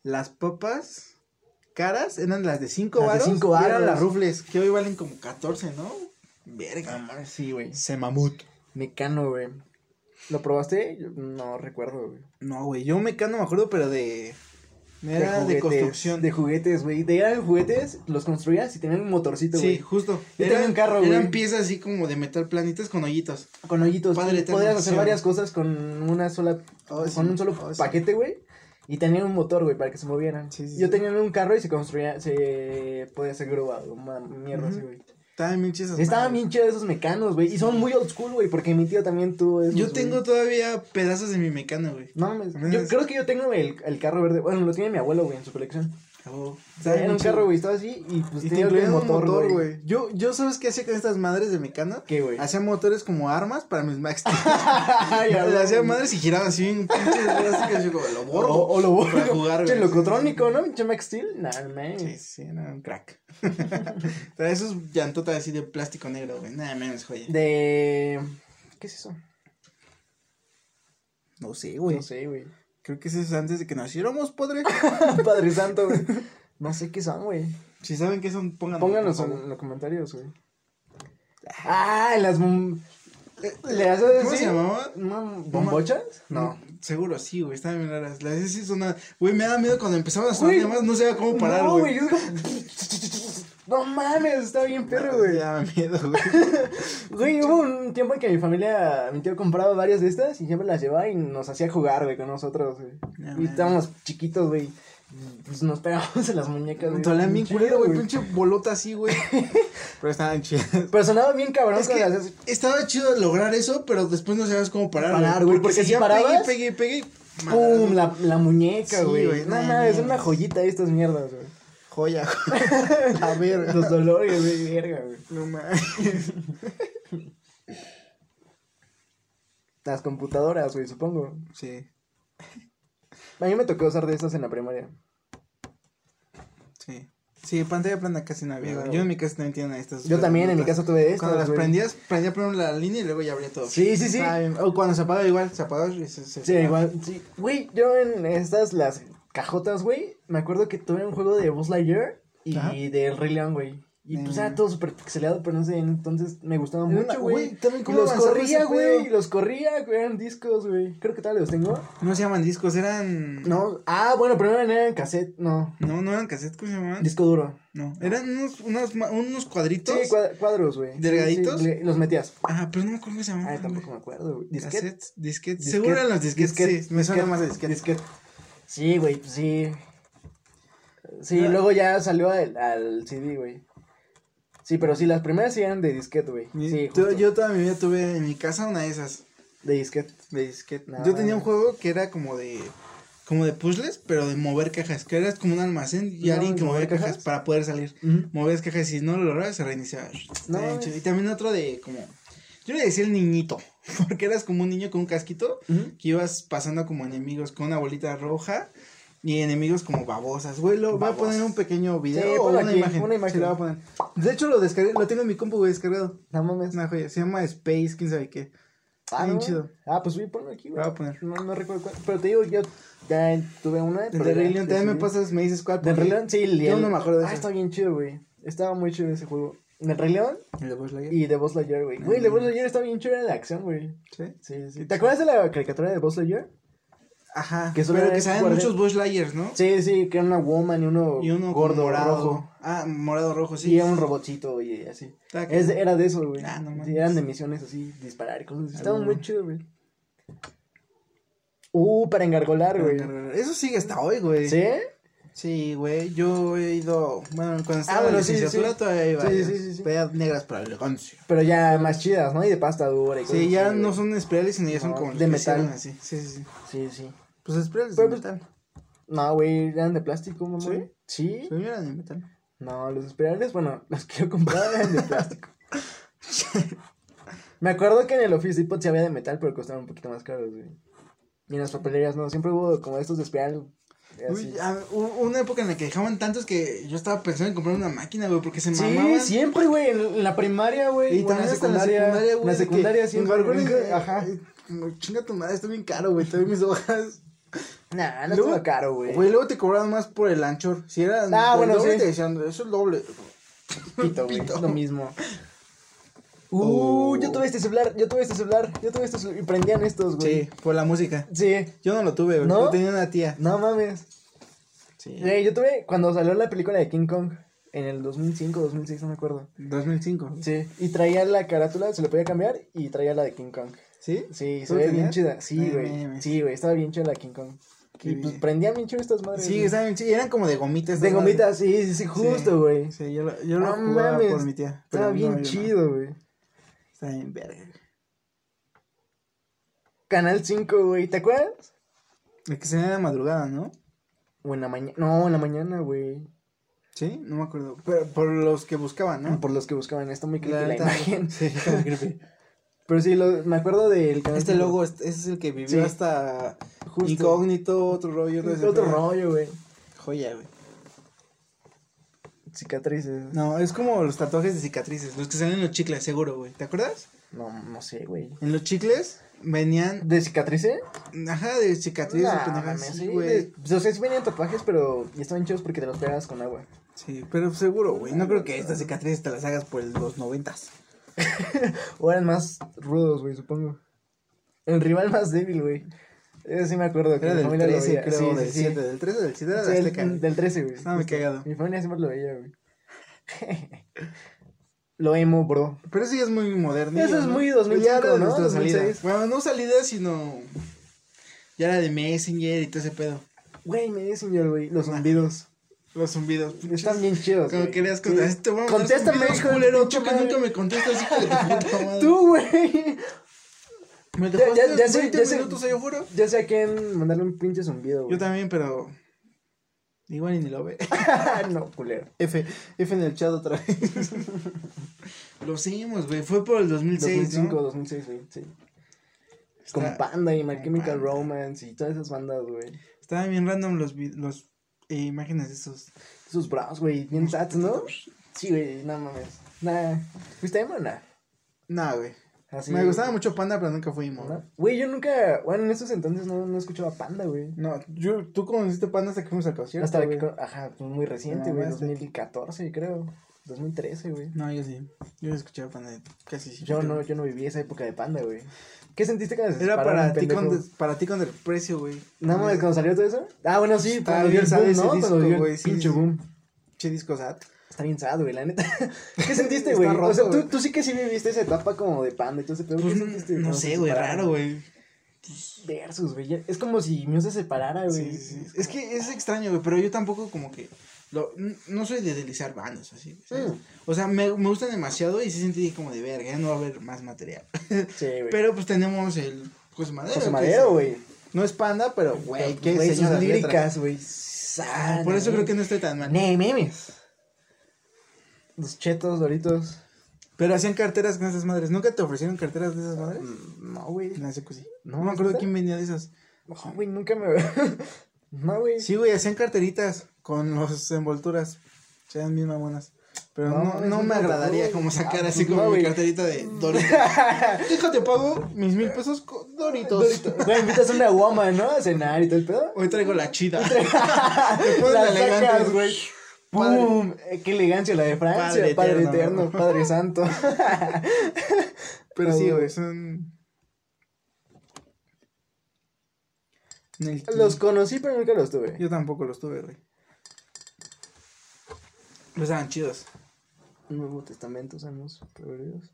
[SPEAKER 3] las papas caras eran las de 5
[SPEAKER 1] Las de
[SPEAKER 3] varos.
[SPEAKER 1] cinco
[SPEAKER 3] y
[SPEAKER 1] varos.
[SPEAKER 3] Eran las rufles, que hoy valen como 14, ¿no?
[SPEAKER 1] Ah,
[SPEAKER 3] Verga.
[SPEAKER 1] mames, Sí, güey.
[SPEAKER 3] Se mamut.
[SPEAKER 1] Mecano, güey. ¿Lo probaste? Yo no recuerdo, güey.
[SPEAKER 3] No, güey, yo mecano me acuerdo, pero de. Era
[SPEAKER 1] juguetes,
[SPEAKER 3] de, construcción.
[SPEAKER 1] De juguetes, güey. De eran juguetes, los construías y tenían un motorcito,
[SPEAKER 3] Sí,
[SPEAKER 1] güey.
[SPEAKER 3] justo.
[SPEAKER 1] Yo tenía un carro, güey.
[SPEAKER 3] Eran piezas así como de metal planitas con hoyitos.
[SPEAKER 1] Con hoyitos.
[SPEAKER 3] Padre
[SPEAKER 1] y
[SPEAKER 3] eterno,
[SPEAKER 1] podías hacer
[SPEAKER 3] sí.
[SPEAKER 1] varias cosas con una sola.
[SPEAKER 3] Oh, sí,
[SPEAKER 1] con un solo
[SPEAKER 3] oh, sí.
[SPEAKER 1] paquete, güey. Y tenían un motor, güey, para que se movieran.
[SPEAKER 3] Sí, sí,
[SPEAKER 1] Yo
[SPEAKER 3] sí.
[SPEAKER 1] tenía un carro y se construía. Se podía hacer grúa o ma- mierda
[SPEAKER 3] Ujú.
[SPEAKER 1] así, güey.
[SPEAKER 3] Estaban bien chidas.
[SPEAKER 1] Estaban
[SPEAKER 3] madres.
[SPEAKER 1] bien chidos esos mecanos, güey. Y son muy old school, güey, porque mi tío también tuvo esos.
[SPEAKER 3] Yo
[SPEAKER 1] güey.
[SPEAKER 3] tengo todavía pedazos de mi mecano, güey.
[SPEAKER 1] No mames.
[SPEAKER 3] Apenas-
[SPEAKER 1] Yo creo que yo tengo el, el carro verde. Bueno, lo tiene mi abuelo, güey, en su colección.
[SPEAKER 3] Oh, estaban
[SPEAKER 1] Era
[SPEAKER 3] bien
[SPEAKER 1] un
[SPEAKER 3] chidas.
[SPEAKER 1] carro, güey, estaba así y pues
[SPEAKER 3] Y te
[SPEAKER 1] tenía
[SPEAKER 3] incluían
[SPEAKER 1] un
[SPEAKER 3] un
[SPEAKER 1] motor, güey.
[SPEAKER 3] Yo, yo, ¿sabes qué hacía con estas madres de mecano?
[SPEAKER 1] ¿Qué, güey?
[SPEAKER 3] Hacía motores como armas para mis Max Steel.
[SPEAKER 1] Ay, a
[SPEAKER 3] Le
[SPEAKER 1] ver,
[SPEAKER 3] hacía
[SPEAKER 1] güey.
[SPEAKER 3] madres y giraba así bien pinches básicas. Yo como, lo borro.
[SPEAKER 1] O, o lo borro.
[SPEAKER 3] Para jugar,
[SPEAKER 1] Che,
[SPEAKER 3] güey.
[SPEAKER 1] locotrónico, ¿no? Che, Max Steel. Nah, no mames.
[SPEAKER 3] Sí, sí, era un crack. Traía esos llantotas así de plástico negro, güey. Nada menos, joya.
[SPEAKER 1] De. ¿Qué es eso?
[SPEAKER 3] No sé, güey.
[SPEAKER 1] No sé, güey.
[SPEAKER 3] Creo que eso es antes de que naciéramos, padre.
[SPEAKER 1] Padre Santo, güey. No sé qué son, güey.
[SPEAKER 3] si saben qué son, pónganlo.
[SPEAKER 1] Pónganos
[SPEAKER 3] por
[SPEAKER 1] en,
[SPEAKER 3] favor.
[SPEAKER 1] en los comentarios, güey. Ah, las. bom- ¿Le haces
[SPEAKER 3] ¿Cómo se llamaba?
[SPEAKER 1] ¿Bombochas? No.
[SPEAKER 3] Mm, Seguro sí, güey. Estaban bien raras. Las veces sí sonaban. Güey, me daba miedo cuando empezaban a sonar.
[SPEAKER 1] Güey.
[SPEAKER 3] y Además, no sabía cómo parar,
[SPEAKER 1] no,
[SPEAKER 3] güey.
[SPEAKER 1] güey. es como- No mames, está bien perro, güey.
[SPEAKER 3] Me daba miedo, güey.
[SPEAKER 1] Güey, hubo un tiempo en que mi familia, mi tío compraba varias de estas y siempre las llevaba y nos hacía jugar, güey, con nosotros, güey. y
[SPEAKER 3] No, mames.
[SPEAKER 1] estábamos chiquitos, güey. Pues nos pegábamos en las muñecas,
[SPEAKER 3] Me
[SPEAKER 1] güey.
[SPEAKER 3] dolían bien
[SPEAKER 1] Chido,
[SPEAKER 3] culero, güey. Pinche bolota así, güey. Pero estaban chidas.
[SPEAKER 1] Pero sonaba bien cabrón
[SPEAKER 3] Es
[SPEAKER 1] cuando
[SPEAKER 3] que
[SPEAKER 1] las hacías-
[SPEAKER 3] estaba chido lograr eso, pero después no sabías cómo parar.
[SPEAKER 1] Parar, güey, porque
[SPEAKER 3] se
[SPEAKER 1] si
[SPEAKER 3] hacía
[SPEAKER 1] parabas,
[SPEAKER 3] Pegue, pegue, pegue. y
[SPEAKER 1] ¡Pum!
[SPEAKER 3] madre,
[SPEAKER 1] La, la muñeca,
[SPEAKER 3] Sí,
[SPEAKER 1] güey.
[SPEAKER 3] güey,
[SPEAKER 1] No,
[SPEAKER 3] no,
[SPEAKER 1] no, es
[SPEAKER 3] no.
[SPEAKER 1] una joyita estas mierdas, güey.
[SPEAKER 3] Joya, güey. La verga.
[SPEAKER 1] Los dolores, güey, verga, güey.
[SPEAKER 3] No mames.
[SPEAKER 1] Las computadoras, güey, supongo.
[SPEAKER 3] Sí.
[SPEAKER 1] A mí me tocó usar de estas en la primaria.
[SPEAKER 3] Sí. Sí, pantalla plana casi no había, güey. Yo en mi casa también tenía una de estas.
[SPEAKER 1] Yo también en mi
[SPEAKER 3] casa
[SPEAKER 1] casa tuve esto.
[SPEAKER 3] Cuando las prendías, prendía primero la línea y luego ya abría todo.
[SPEAKER 1] Sí, sí, sí.
[SPEAKER 3] Ah, bien. O cuando se apaga igual, se apaga y se... se-
[SPEAKER 1] Sí, igual, sí. Güey, yo en estas, las cajotas, güey, me acuerdo que tuve un juego de Buzz Lightyear y
[SPEAKER 3] Ajá.
[SPEAKER 1] del Rey León, güey. Y pues
[SPEAKER 3] Mm.
[SPEAKER 1] era todo súper pixelado, pero no sé, entonces me gustaba
[SPEAKER 3] Era
[SPEAKER 1] mucho,
[SPEAKER 3] una-
[SPEAKER 1] güey.
[SPEAKER 3] también
[SPEAKER 1] Y
[SPEAKER 3] cómo
[SPEAKER 1] los
[SPEAKER 3] avanzaba
[SPEAKER 1] corría,
[SPEAKER 3] ese pedo.
[SPEAKER 1] güey, y los corría, güey, eran discos, güey. Creo que todavía los tengo.
[SPEAKER 3] No se llaman discos, eran...
[SPEAKER 1] No, ah, bueno, primero eran en cassette, no,
[SPEAKER 3] No, no eran cassettes, ¿cómo se llamaban?
[SPEAKER 1] disco duro.
[SPEAKER 3] No, eran unos, unas ma- unos cuadritos.
[SPEAKER 1] Sí, cua- cuadros, güey.
[SPEAKER 3] ¿Delgaditos?
[SPEAKER 1] Sí, sí, le- los metías.
[SPEAKER 3] Ah, pero no me acuerdo cómo se llamaban.
[SPEAKER 1] Ay, tampoco
[SPEAKER 3] güey.
[SPEAKER 1] me acuerdo, güey. Disquete.
[SPEAKER 3] Cassettes, disquetes.
[SPEAKER 1] Disquet.
[SPEAKER 3] Seguro eran los disquetes,
[SPEAKER 1] Disquet.
[SPEAKER 3] sí. Me suena
[SPEAKER 1] Disquet.
[SPEAKER 3] más a disquetes.
[SPEAKER 1] Disquete. Sí, güey, pues sí. Sí,
[SPEAKER 3] Ah.
[SPEAKER 1] luego ya salió al, al CD, güey. Sí, pero sí, las primeras sí eran de disquete, güey. Sí,
[SPEAKER 3] Yo-
[SPEAKER 1] justo,
[SPEAKER 3] yo toda mi vida tuve en mi casa una de esas.
[SPEAKER 1] de disquete.
[SPEAKER 3] De disquete.
[SPEAKER 1] No,
[SPEAKER 3] Yo tenía un
[SPEAKER 1] mames.
[SPEAKER 3] juego que era como de. Como de puzzles, pero de mover cajas. Que era como un almacén y
[SPEAKER 1] No,
[SPEAKER 3] alguien que
[SPEAKER 1] ¿de mover
[SPEAKER 3] movía cajas,
[SPEAKER 1] cajas?
[SPEAKER 3] para poder salir. Movías cajas y si no lo lograbas, se reiniciaba.
[SPEAKER 1] No,
[SPEAKER 3] Está bien chido.
[SPEAKER 1] es-
[SPEAKER 3] y también otro de como. Yo le decía el niñito. Porque eras como un niño con un casquito que ibas pasando como enemigos con una bolita roja y enemigos como babosas. Güey, lo voy a
[SPEAKER 1] Babosas.
[SPEAKER 3] poner un pequeño video
[SPEAKER 1] Sí,
[SPEAKER 3] o
[SPEAKER 1] ponlo
[SPEAKER 3] una,
[SPEAKER 1] aquí,
[SPEAKER 3] imagen.
[SPEAKER 1] una
[SPEAKER 3] Sí,
[SPEAKER 1] imagen.
[SPEAKER 3] la voy a poner. De hecho, lo descargué, lo tengo en mi compu, güey, descargado.
[SPEAKER 1] No
[SPEAKER 3] Es
[SPEAKER 1] mames.
[SPEAKER 3] una joya. Se llama Space, quién sabe qué.
[SPEAKER 1] Ah,
[SPEAKER 3] bien
[SPEAKER 1] no.
[SPEAKER 3] chido.
[SPEAKER 1] Ah, pues sí, ponlo aquí,
[SPEAKER 3] Lo voy
[SPEAKER 1] güey.
[SPEAKER 3] a poner.
[SPEAKER 1] No, no recuerdo cuál. Pero te digo, yo ya tuve una.
[SPEAKER 3] El
[SPEAKER 1] pero
[SPEAKER 3] de
[SPEAKER 1] ya
[SPEAKER 3] Rey León, también me
[SPEAKER 1] decidí-
[SPEAKER 3] pasas, me dices cuál.
[SPEAKER 1] Del Rey León, sí. el-
[SPEAKER 3] Yo no me acuerdo de
[SPEAKER 1] Ah,
[SPEAKER 3] ese.
[SPEAKER 1] está bien chido, güey. Estaba muy chido ese juego. Del Rey León
[SPEAKER 3] El de Buzz Lightyear.
[SPEAKER 1] y de Buzz Lightyear, güey. Güey,
[SPEAKER 3] Mm.
[SPEAKER 1] de Buzz Lightyear está bien chido de acción, güey.
[SPEAKER 3] ¿Sí?
[SPEAKER 1] Sí, sí.
[SPEAKER 3] Qué
[SPEAKER 1] ¿Te acuerdas de la caricatura de Buzz Lightyear?
[SPEAKER 3] Ajá.
[SPEAKER 1] Que solo
[SPEAKER 3] pero que
[SPEAKER 1] es
[SPEAKER 3] salen
[SPEAKER 1] guardia-
[SPEAKER 3] muchos Buzz Lightyears, ¿no?
[SPEAKER 1] Sí, sí, que era una woman y uno,
[SPEAKER 3] Y uno
[SPEAKER 1] gordo,
[SPEAKER 3] con morado.
[SPEAKER 1] rojo.
[SPEAKER 3] Ah, morado rojo, sí.
[SPEAKER 1] Y era un robotito y así.
[SPEAKER 3] Está acá.
[SPEAKER 1] Es de- era de eso, güey.
[SPEAKER 3] Ah, no mames.
[SPEAKER 1] Sí, eran de misiones así, disparar y cosas. así. Estaba
[SPEAKER 3] Ah,
[SPEAKER 1] muy
[SPEAKER 3] no.
[SPEAKER 1] chido, güey. Uh, para engargolar, güey.
[SPEAKER 3] Eso sigue hasta hoy, güey.
[SPEAKER 1] ¿Sí?
[SPEAKER 3] Sí, güey. Yo he ido. Bueno, cuando estaba en
[SPEAKER 1] Ah, bueno,
[SPEAKER 3] la
[SPEAKER 1] sí,
[SPEAKER 3] licenciatura
[SPEAKER 1] sí.
[SPEAKER 3] todavía iba.
[SPEAKER 1] Sí,
[SPEAKER 3] yo.
[SPEAKER 1] sí, sí, sí.
[SPEAKER 3] Pedazos negras para elegancia.
[SPEAKER 1] Pero ya más chidas, ¿no? Y de pasta dura y cosas.
[SPEAKER 3] Sí, ya
[SPEAKER 1] así,
[SPEAKER 3] no
[SPEAKER 1] güey.
[SPEAKER 3] son espirales, sino ya son
[SPEAKER 1] No,
[SPEAKER 3] como.
[SPEAKER 1] de
[SPEAKER 3] los que
[SPEAKER 1] metal.
[SPEAKER 3] hicieron Así. Sí, sí, sí.
[SPEAKER 1] Sí, sí.
[SPEAKER 3] Pues espirales
[SPEAKER 1] Pero,
[SPEAKER 3] de
[SPEAKER 1] pues,
[SPEAKER 3] metal.
[SPEAKER 1] No, güey, eran de plástico, mamá. ¿Sí? ¿Sí?
[SPEAKER 3] Se me eran de metal.
[SPEAKER 1] No, los espirales, bueno, los quiero comprar eran de plástico. Me acuerdo que en el Office Depot se había de metal, pero costaban un poquito más caros, güey. Y en las papelerías, no, siempre hubo como estos de espiral. eh, así.
[SPEAKER 3] Uy, a- hubo una época en la que dejaban tantos que yo estaba pensando en comprar una máquina, güey, porque se
[SPEAKER 1] Sí,
[SPEAKER 3] mamaban.
[SPEAKER 1] siempre, güey, en en la primaria, güey.
[SPEAKER 3] Y
[SPEAKER 1] o en
[SPEAKER 3] también hasta en la secundaria, güey.
[SPEAKER 1] En la
[SPEAKER 3] de que
[SPEAKER 1] secundaria
[SPEAKER 3] en
[SPEAKER 1] siempre.
[SPEAKER 3] Gargoyles,
[SPEAKER 1] nunca-
[SPEAKER 3] eh,
[SPEAKER 1] Ajá.
[SPEAKER 3] eh, como, Chinga tu madre, está bien caro, güey. Te doy mis hojas.
[SPEAKER 1] Nah, no
[SPEAKER 3] Luego-
[SPEAKER 1] estaba caro, güey.
[SPEAKER 3] Güey, luego te cobraban más por el anchor. Si era.
[SPEAKER 1] Ah,
[SPEAKER 3] el
[SPEAKER 1] bueno,
[SPEAKER 3] doble,
[SPEAKER 1] sí.
[SPEAKER 3] Te decían, eso es doble.
[SPEAKER 1] Pito, güey.
[SPEAKER 3] pito.
[SPEAKER 1] es Lo mismo. Uh,
[SPEAKER 3] Oh.
[SPEAKER 1] yo tuve este celular, yo tuve este celular, yo tuve este celular. Y prendían estos, güey.
[SPEAKER 3] Sí, por la música.
[SPEAKER 1] Sí.
[SPEAKER 3] Yo no lo tuve, güey.
[SPEAKER 1] ¿No?
[SPEAKER 3] Lo tenía una tía.
[SPEAKER 1] No mames.
[SPEAKER 3] Sí.
[SPEAKER 1] Güey, yo tuve cuando salió la película de King Kong en el 2005, 2006, no me acuerdo.
[SPEAKER 3] 2005.
[SPEAKER 1] Sí, y traía la carátula, se lo podía cambiar y traía la de King Kong.
[SPEAKER 3] ¿Sí?
[SPEAKER 1] Sí,
[SPEAKER 3] ¿Tú
[SPEAKER 1] se
[SPEAKER 3] lo
[SPEAKER 1] veía bien
[SPEAKER 3] tenías?
[SPEAKER 1] chida. Sí,
[SPEAKER 3] Ay,
[SPEAKER 1] güey.
[SPEAKER 3] mames.
[SPEAKER 1] Sí, güey, estaba bien chida la King Kong.
[SPEAKER 3] Qué
[SPEAKER 1] Y pues
[SPEAKER 3] bien.
[SPEAKER 1] prendían bien chido estas madres.
[SPEAKER 3] Sí,
[SPEAKER 1] güey.
[SPEAKER 3] estaban sí, eran como de gomitas.
[SPEAKER 1] De
[SPEAKER 3] ¿no?
[SPEAKER 1] gomitas, sí, sí, sí, justo, güey.
[SPEAKER 3] Sí, yo lo, yo lo
[SPEAKER 1] No
[SPEAKER 3] jugaba
[SPEAKER 1] mames,
[SPEAKER 3] por mi tía. pero
[SPEAKER 1] Estaba
[SPEAKER 3] no,
[SPEAKER 1] bien
[SPEAKER 3] yo no.
[SPEAKER 1] chido, güey.
[SPEAKER 3] Estaba bien verga.
[SPEAKER 1] Canal 5, güey, ¿te acuerdas?
[SPEAKER 3] El que se veía de madrugada, ¿no?
[SPEAKER 1] O en la mañana. No, en la mañana, güey.
[SPEAKER 3] Sí, no me acuerdo. Pero por los que buscaban, ¿no?
[SPEAKER 1] Por los que buscaban, está muy creepy la,
[SPEAKER 3] neta,
[SPEAKER 1] imagen.
[SPEAKER 3] Sí, está muy creepy.
[SPEAKER 1] Pero sí, lo- me acuerdo del canal
[SPEAKER 3] Este
[SPEAKER 1] cinco,
[SPEAKER 3] logo es, es el que vivió
[SPEAKER 1] Sí.
[SPEAKER 3] hasta
[SPEAKER 1] justo.
[SPEAKER 3] incógnito, otro rollo, otro,
[SPEAKER 1] Otro rollo, güey.
[SPEAKER 3] Joya, güey.
[SPEAKER 1] Cicatrices.
[SPEAKER 3] No, es como los tatuajes de cicatrices, los que salen en los chicles, seguro, güey. ¿Te acuerdas?
[SPEAKER 1] No, no sé, güey.
[SPEAKER 3] En los chicles venían,
[SPEAKER 1] ¿De cicatrices?
[SPEAKER 3] ajá, de cicatrices,
[SPEAKER 1] Nah,
[SPEAKER 3] pendejadas,
[SPEAKER 1] mames,
[SPEAKER 3] sí,
[SPEAKER 1] sí,
[SPEAKER 3] güey.
[SPEAKER 1] de- pues, o sea, sí venían tatuajes, pero y estaban chidos porque te los pegabas con agua.
[SPEAKER 3] Sí, pero seguro, güey. No creo que estas cicatrices te las hagas por los noventas.
[SPEAKER 1] O eran más rudos, güey, supongo. El rival más débil, güey. Eso sí me acuerdo.
[SPEAKER 3] Era
[SPEAKER 1] mi
[SPEAKER 3] del
[SPEAKER 1] familia lo
[SPEAKER 3] 13,
[SPEAKER 1] veía.
[SPEAKER 3] creo,
[SPEAKER 1] Sí, sí,
[SPEAKER 3] del
[SPEAKER 1] sí.
[SPEAKER 3] 7, del 13, del 7 era
[SPEAKER 1] Sí,
[SPEAKER 3] de
[SPEAKER 1] el-
[SPEAKER 3] Azteca.
[SPEAKER 1] del 13, güey.
[SPEAKER 3] Estaba muy
[SPEAKER 1] justo.
[SPEAKER 3] cagado.
[SPEAKER 1] Mi familia siempre lo veía, güey. lo emo, bro.
[SPEAKER 3] Pero eso ya es muy moderno.
[SPEAKER 1] Eso es muy 2005,
[SPEAKER 3] Ya era de
[SPEAKER 1] ¿no?
[SPEAKER 3] nuestra
[SPEAKER 1] 2006.
[SPEAKER 3] salida. Bueno, no salida, sino ya era de Messenger y todo ese pedo.
[SPEAKER 1] Güey, me dicen yo, güey, los
[SPEAKER 3] Nah.
[SPEAKER 1] zumbidos.
[SPEAKER 3] Los zumbidos.
[SPEAKER 1] Están bien chidos,
[SPEAKER 3] Ah, Como
[SPEAKER 1] güey.
[SPEAKER 3] querías
[SPEAKER 1] Sí.
[SPEAKER 3] contestar. Te voy a mandar
[SPEAKER 1] Contéstame,
[SPEAKER 3] zumbidos,
[SPEAKER 1] hijo de
[SPEAKER 3] culero.
[SPEAKER 1] pinche
[SPEAKER 3] Tú que
[SPEAKER 1] madre.
[SPEAKER 3] nunca me contestas, hijo de tu puta madre.
[SPEAKER 1] Tú, güey.
[SPEAKER 3] Me
[SPEAKER 1] Ya-
[SPEAKER 3] dejaste
[SPEAKER 1] ya- ya sé,
[SPEAKER 3] 20
[SPEAKER 1] ya sé.
[SPEAKER 3] minutos ahí afuera.
[SPEAKER 1] Ya sé a quién mandarle un pinche zumbido, güey.
[SPEAKER 3] Yo también, pero. Igual y ni lo ve.
[SPEAKER 1] no, culero.
[SPEAKER 3] F, F en el chat otra vez. lo seguimos, güey. Fue por el 2006,
[SPEAKER 1] 2005,
[SPEAKER 3] ¿no?
[SPEAKER 1] 2006, güey. Sí.
[SPEAKER 3] Está-
[SPEAKER 1] Con Panda y My
[SPEAKER 3] con
[SPEAKER 1] Chemical
[SPEAKER 3] Panda.
[SPEAKER 1] Romance y todas esas bandas, güey.
[SPEAKER 3] Estaban bien random los, vi- los e imágenes de esos.
[SPEAKER 1] Sus brazos, güey, bien sats, ¿no? Sí, güey, no mames. Nah. ¿Fuiste emo o nah?
[SPEAKER 3] Nah, güey.
[SPEAKER 1] Así,
[SPEAKER 3] Me gustaba mucho Panda, pero nunca fuimos.
[SPEAKER 1] ¿no? Güey, yo nunca. Bueno, en esos entonces no, no escuchaba Panda, güey.
[SPEAKER 3] No, yo, tú conociste Panda hasta que fuimos al concierto.
[SPEAKER 1] Hasta
[SPEAKER 3] güey.
[SPEAKER 1] que. Ajá, fue muy reciente,
[SPEAKER 3] Nada
[SPEAKER 1] güey.
[SPEAKER 3] más de que-
[SPEAKER 1] 2014, creo. 2013, güey.
[SPEAKER 3] No, yo sí. Yo escuchaba Panda casi siempre.
[SPEAKER 1] Yo no, yo no viví esa época de Panda, güey. ¿Qué sentiste cuando se
[SPEAKER 3] Era
[SPEAKER 1] separaron,
[SPEAKER 3] para ti,
[SPEAKER 1] pendejo?
[SPEAKER 3] con, des- para ti con el precio, güey.
[SPEAKER 1] Nada más cuando salió todo eso. Ah, bueno, sí,
[SPEAKER 3] Está
[SPEAKER 1] cuando dio
[SPEAKER 3] bien
[SPEAKER 1] el boom,
[SPEAKER 3] sad ese
[SPEAKER 1] ¿no? Cuando
[SPEAKER 3] disco,
[SPEAKER 1] dio el
[SPEAKER 3] güey, sí,
[SPEAKER 1] pinche
[SPEAKER 3] sí.
[SPEAKER 1] boom.
[SPEAKER 3] Che disco sad.
[SPEAKER 1] Está bien sad, güey, la neta. ¿Qué sentiste,
[SPEAKER 3] Está
[SPEAKER 1] güey? O sea,
[SPEAKER 3] roto,
[SPEAKER 1] tú,
[SPEAKER 3] güey. Pues,
[SPEAKER 1] tú sí que sí viviste esa etapa como de Panda y todo ese pedo. ¿Qué sentiste?
[SPEAKER 3] no
[SPEAKER 1] cuando se
[SPEAKER 3] sé, güey,
[SPEAKER 1] separaron?
[SPEAKER 3] raro, güey.
[SPEAKER 1] Versus, güey. ya- Es como si Muse se separara, güey.
[SPEAKER 3] Sí, sí, sí. Es que es extraño, güey, pero yo tampoco como que... lo- n- no soy de deslizar bandas, así. ¿sabes?
[SPEAKER 1] Mm.
[SPEAKER 3] O sea, me, me gustan demasiado y sí sentí como de verga, ya no va a haber más material.
[SPEAKER 1] Sí, güey.
[SPEAKER 3] Pero pues tenemos el José Madero. que
[SPEAKER 1] José
[SPEAKER 3] es-
[SPEAKER 1] Madero, güey.
[SPEAKER 3] No es panda, pero güey,
[SPEAKER 1] Pero,
[SPEAKER 3] qué
[SPEAKER 1] güey,
[SPEAKER 3] señor
[SPEAKER 1] sus
[SPEAKER 3] las letras. Ah,
[SPEAKER 1] líricas, güey.
[SPEAKER 3] Por eso creo que no estoy tan mal.
[SPEAKER 1] No memes. Los chetos, doritos.
[SPEAKER 3] Pero hacían carteras con esas madres. ¿Nunca te ofrecieron carteras de esas madres?
[SPEAKER 1] No, güey.
[SPEAKER 3] En la secu sí.
[SPEAKER 1] No,
[SPEAKER 3] No, me acuerdo
[SPEAKER 1] ¿neta?
[SPEAKER 3] quién vendía de esas.
[SPEAKER 1] No, güey, nunca me. no, güey.
[SPEAKER 3] Sí, güey, hacían carteritas con las envolturas. Sean bien mamonas. Pero
[SPEAKER 1] No,
[SPEAKER 3] no,
[SPEAKER 1] mames,
[SPEAKER 3] no
[SPEAKER 1] nunca
[SPEAKER 3] me
[SPEAKER 1] me
[SPEAKER 3] agradaría
[SPEAKER 1] tocó.
[SPEAKER 3] como sacar
[SPEAKER 1] Ah,
[SPEAKER 3] así
[SPEAKER 1] pues
[SPEAKER 3] como
[SPEAKER 1] no,
[SPEAKER 3] mi
[SPEAKER 1] güey.
[SPEAKER 3] carterita de Doritos. Déjate pago mis mil pesos con Doritos.
[SPEAKER 1] Güey, invitas a una woman, ¿no? A cenar y todo el pedo.
[SPEAKER 3] Hoy traigo la chida. Te pones
[SPEAKER 1] La
[SPEAKER 3] elegante.
[SPEAKER 1] sacas, güey.
[SPEAKER 3] Padre.
[SPEAKER 1] ¡Pum! Eh, ¡Qué elegancia la de Francia!
[SPEAKER 3] Padre
[SPEAKER 1] Padre eterno,
[SPEAKER 3] eterno, ¿no?
[SPEAKER 1] Padre santo.
[SPEAKER 3] Pero sí,
[SPEAKER 1] Pero-
[SPEAKER 3] güey, son. En el
[SPEAKER 1] los conocí, pero nunca los tuve.
[SPEAKER 3] Yo tampoco los tuve, güey. Pero estaban chidos.
[SPEAKER 1] Nuevo Testamento, Salmos, Proverbios.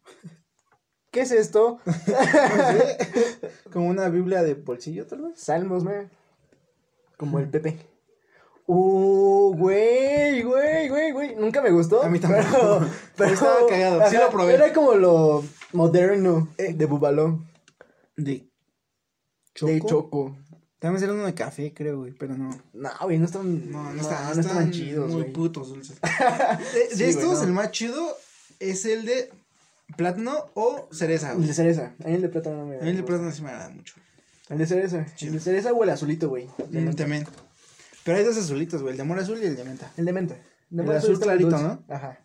[SPEAKER 1] ¿Qué es esto?
[SPEAKER 3] Como una Biblia de bolsillo, tal vez.
[SPEAKER 1] Salmos, me. Como el Pepe. Uh, güey, güey, güey, güey. Nunca me gustó.
[SPEAKER 3] A mí tampoco.
[SPEAKER 1] Pero, pero-
[SPEAKER 3] estaba cagado. Sí lo probé. Eh.
[SPEAKER 1] Era como lo moderno de Bubalón.
[SPEAKER 3] De
[SPEAKER 1] Choco.
[SPEAKER 3] De choco. También era uno de café, creo, güey, pero no.
[SPEAKER 1] No, güey, no estaban. No, no, estaban, chidos,
[SPEAKER 3] Muy
[SPEAKER 1] güey.
[SPEAKER 3] putos dulces. De,
[SPEAKER 1] Sí,
[SPEAKER 3] de
[SPEAKER 1] güey,
[SPEAKER 3] estos,
[SPEAKER 1] no.
[SPEAKER 3] el más chido es el de plátano o cereza,
[SPEAKER 1] El
[SPEAKER 3] güey.
[SPEAKER 1] de cereza. A mí el de plátano no me
[SPEAKER 3] A mí el de
[SPEAKER 1] gusta.
[SPEAKER 3] plátano sí me agrada mucho.
[SPEAKER 1] El de cereza.
[SPEAKER 3] Chido.
[SPEAKER 1] El de cereza o el azulito, güey. El de
[SPEAKER 3] Mm,
[SPEAKER 1] menta.
[SPEAKER 3] también. Pero hay dos azulitos, güey, el de mora azul y el de menta.
[SPEAKER 1] El de menta. El, de
[SPEAKER 3] El
[SPEAKER 1] menta
[SPEAKER 3] azul
[SPEAKER 1] está
[SPEAKER 3] clarito,
[SPEAKER 1] dulce. Ajá.